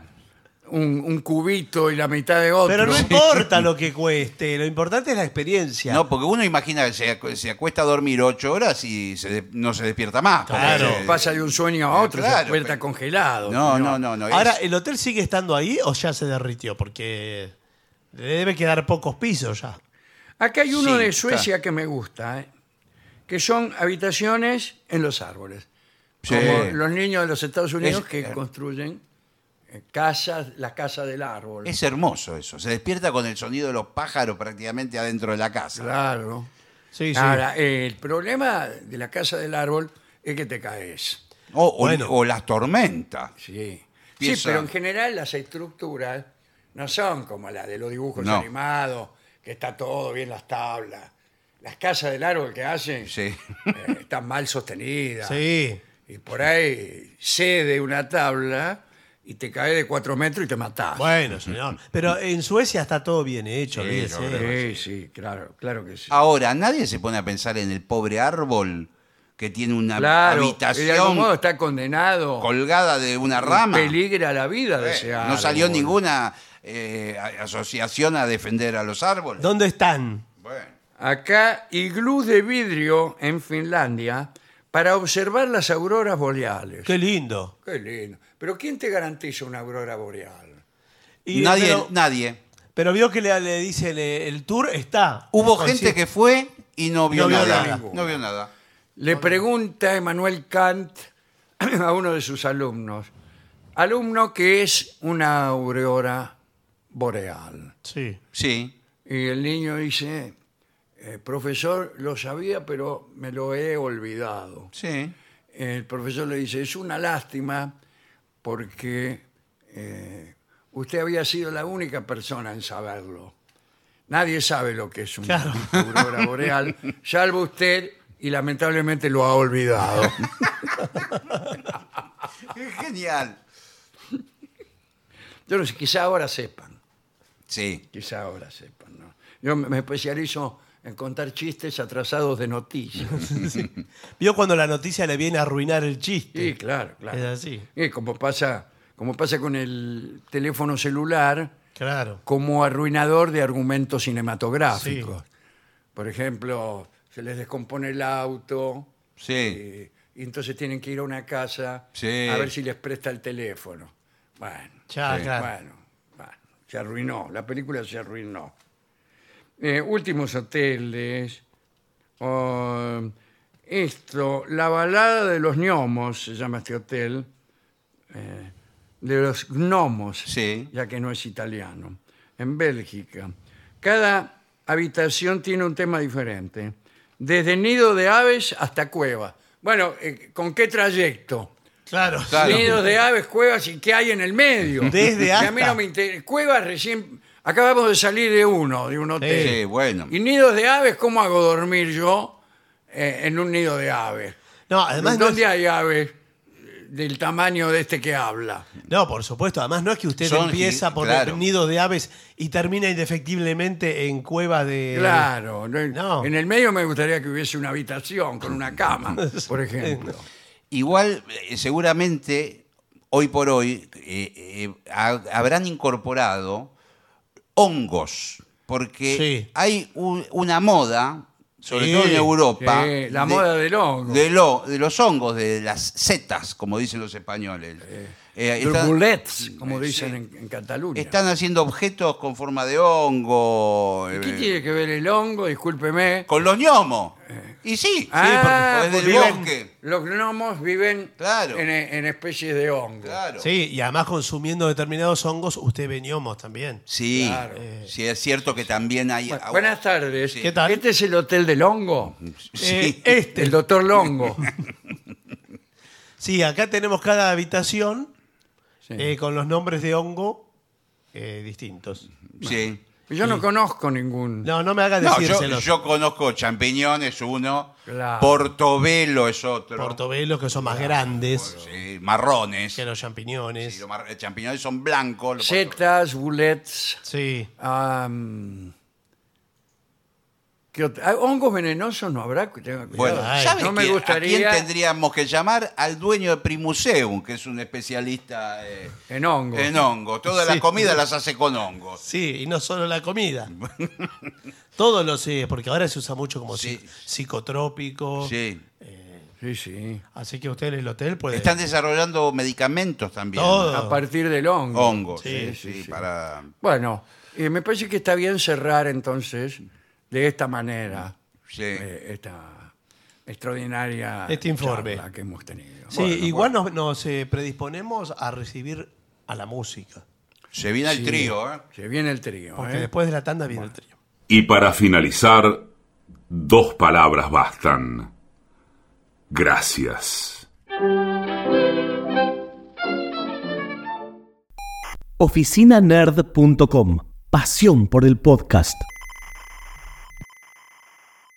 S1: un, un cubito y la mitad de otro.
S2: Pero no importa lo que cueste, lo importante es la experiencia.
S3: No, porque uno imagina que se, ac- se acuesta a dormir ocho horas y se de- no se despierta más. porque
S2: Claro.
S3: se-
S1: Pasa de un sueño a otro,
S3: Eh, Claro,
S1: se despierta
S3: pero-
S1: congelado.
S3: No, no, no. no, es-
S2: Ahora, ¿el hotel sigue estando ahí o ya se derritió? Porque le debe quedar pocos pisos ya.
S1: Acá hay uno
S3: Sí,
S1: de
S3: está.
S1: Suecia que me gusta, ¿eh? que son habitaciones en los árboles.
S3: Sí.
S1: Como los niños de los Estados Unidos
S3: Es-
S1: que construyen eh, casas, la casa del árbol.
S3: es hermoso eso. Se despierta con el sonido de los pájaros prácticamente adentro de la casa.
S1: Claro.
S2: Sí, sí.
S3: Ah,
S1: Ahora, eh, el problema de la casa del árbol es que te caes.
S3: O, o-
S2: Bueno.
S3: o las tormentas.
S1: Sí. Sí,
S3: Piensa-
S1: pero en general las estructuras no son como las de los dibujos
S3: No.
S1: animados, que está todo bien las tablas. Las casas del árbol que hacen
S3: Sí.
S1: eh, están mal sostenidas.
S2: Sí.
S1: Y por ahí cede una tabla y te cae de cuatro metros y te matás.
S2: Bueno, señor. Pero en Suecia está todo bien hecho.
S3: Sí,
S2: olvídese.
S3: yo creo.
S1: sí, sí, claro, claro que sí.
S3: Ahora, nadie se pone a pensar en el pobre árbol que tiene una
S1: claro, y de algún modo
S3: habitación
S1: está condenado.
S3: colgada de una
S1: y
S3: rama.
S1: Peligra la vida de
S3: Eh,
S1: ese
S3: no salió
S1: árbol.
S3: ninguna eh, a- asociación a defender a los árboles.
S2: ¿Dónde están?
S3: Bueno.
S1: Acá, iglú de vidrio en Finlandia para observar las auroras boreales.
S2: Qué lindo.
S1: Qué lindo. Pero ¿quién te garantiza una aurora boreal?
S2: Y-
S3: nadie,
S2: pero,
S3: nadie.
S2: pero vio que le, le dice el, el tour está.
S3: Hubo
S2: Con-
S3: gente que fue y no vio,
S2: No vio
S3: nada.
S2: nada.
S3: No vio nada.
S1: Le pregunta Emanuel Kant a uno de sus alumnos. Alumno, que es una aurora boreal?
S2: Sí.
S3: Sí.
S1: Y el niño dice, eh, profesor, lo sabía, pero me lo he olvidado.
S3: Sí.
S1: el profesor le dice, es una lástima porque eh, usted había sido la única persona en saberlo. Nadie sabe lo que es una
S2: Claro.
S1: aurora boreal, salvo usted, y lamentablemente lo ha olvidado.
S3: Genial.
S1: Yo no sé, quizá ahora sepan,
S3: Sí.
S1: quizá ahora sepan. ¿no? Yo me me especializo en contar chistes atrasados de noticias.
S2: Vio cuando la noticia le viene a arruinar el chiste.
S1: Sí, claro, claro.
S2: Es así.
S1: Y como pasa, como pasa con el teléfono celular,
S2: Claro.
S1: como arruinador de argumentos cinematográficos. Por ejemplo, se les descompone el auto
S3: Sí.
S1: eh, y entonces tienen que ir a una casa
S3: Sí.
S1: a ver si les presta el teléfono. Bueno,
S2: Ya,
S3: Sí.
S2: claro.
S1: bueno, bueno, se arruinó, la película se arruinó. Eh, últimos hoteles, oh, Esto, la balada de los gnomos, se llama este hotel, eh, de los gnomos,
S3: Sí.
S1: ya que no es italiano, en Bélgica. Cada habitación tiene un tema diferente, desde nido de aves hasta cueva. Bueno, eh, ¿con qué trayecto?
S2: Claro.
S3: Claro.
S1: Nidos de aves, cuevas y qué hay en el medio.
S2: Desde
S1: Que a mí
S2: hasta.
S1: no me inter- Cuevas recién. Acabamos de salir de uno, de un
S2: eh.
S1: hotel.
S3: Sí, bueno.
S1: Y nidos de aves, ¿cómo hago dormir yo eh, en un nido de aves?
S2: No, además no, es-
S1: ¿Dónde hay aves eh, del tamaño de este que habla?
S2: no, por supuesto. Además no es que usted
S3: Son
S2: empieza
S3: gi-
S2: por
S3: claro.
S2: nidos de aves y termina indefectiblemente en cuevas de...
S1: Claro, no-
S2: no.
S1: en el medio me gustaría que hubiese una habitación con una cama, por ejemplo.
S3: Igual, eh, seguramente, hoy por hoy, eh, eh, ha- habrán incorporado hongos, porque
S2: Sí.
S3: hay un- una moda, sobre
S2: Sí,
S3: todo en Europa,
S1: sí, la moda del hongo.
S3: De, lo- de los hongos, de las setas, como dicen los españoles. Eh, están-
S1: Turbulets, como
S3: Sí.
S1: dicen en, en Cataluña.
S3: Están haciendo objetos con forma de hongo.
S1: ¿Y ¿Qué
S3: eh,
S1: tiene que ver el hongo? Discúlpeme.
S3: Con los gnomos. Y sí,
S1: Ah,
S3: sí, porque es del
S1: porque viven-
S3: bosque.
S1: Los gnomos viven
S3: Claro.
S1: en, en especies de hongo.
S3: Claro.
S2: Sí, y además consumiendo determinados hongos, usted ve gnomos también.
S3: Sí, eh,
S1: Claro.
S3: sí, es cierto que también hay.
S1: Bu- Buenas tardes.
S2: ¿Qué tal?
S1: ¿Este es el hotel del hongo?
S2: Eh,
S3: Sí.
S2: este.
S1: El doctor Longo.
S2: Sí, acá tenemos cada habitación
S1: Sí.
S2: eh, con los nombres de hongo eh, distintos.
S3: sí.
S1: Yo no conozco ningún.
S2: No, no me haga
S3: No, yo,
S2: decírselo.
S3: yo conozco champiñón es uno,
S1: Claro.
S3: portobelo es otro,
S2: Portobelos, que son más grandes
S3: sí, marrones.
S2: que los champiñones.
S3: Sí, los mar- eh, champiñones son blancos. los portobelo-
S1: Setas, bullets.
S2: Sí.
S1: am, ¿qué ot- ah, hongos venenosos no habrá. que tenga cuidado.
S3: Bueno,
S2: Ay,
S3: ¿sabe
S1: no me
S3: quién-
S1: gustaría
S3: a quién tendríamos que llamar? Al dueño de Primuseum, que es un especialista eh,
S1: en hongos.
S3: en hongo. Todas las
S2: Sí.
S3: comidas las hace con hongos.
S2: Sí, y no solo la comida. Todos los sí, porque ahora se usa mucho como
S3: Sí.
S2: psi- psicotrópico.
S3: Sí.
S1: Sí, sí.
S2: Así que usted en el hotel puede.
S3: Están desarrollando medicamentos también.
S2: Todo.
S1: A partir del hongo.
S3: Hongos,
S2: Sí,
S3: sí,
S1: sí,
S3: sí,
S1: sí.
S3: para
S1: Bueno, eh, me parece que está bien cerrar entonces de esta manera
S3: Sí.
S1: eh, esta extraordinaria
S2: Este informe.
S1: charla que hemos tenido.
S2: Sí, igual nos, nos, eh, predisponemos a recibir a la música.
S3: Se viene el trío, ¿eh?
S1: Se viene el trío.
S2: Porque
S1: ¿eh?
S2: después de la tanda viene el trío.
S4: Y para finalizar, dos palabras bastan. Gracias.
S5: oficinanerd.com. Pasión por el podcast.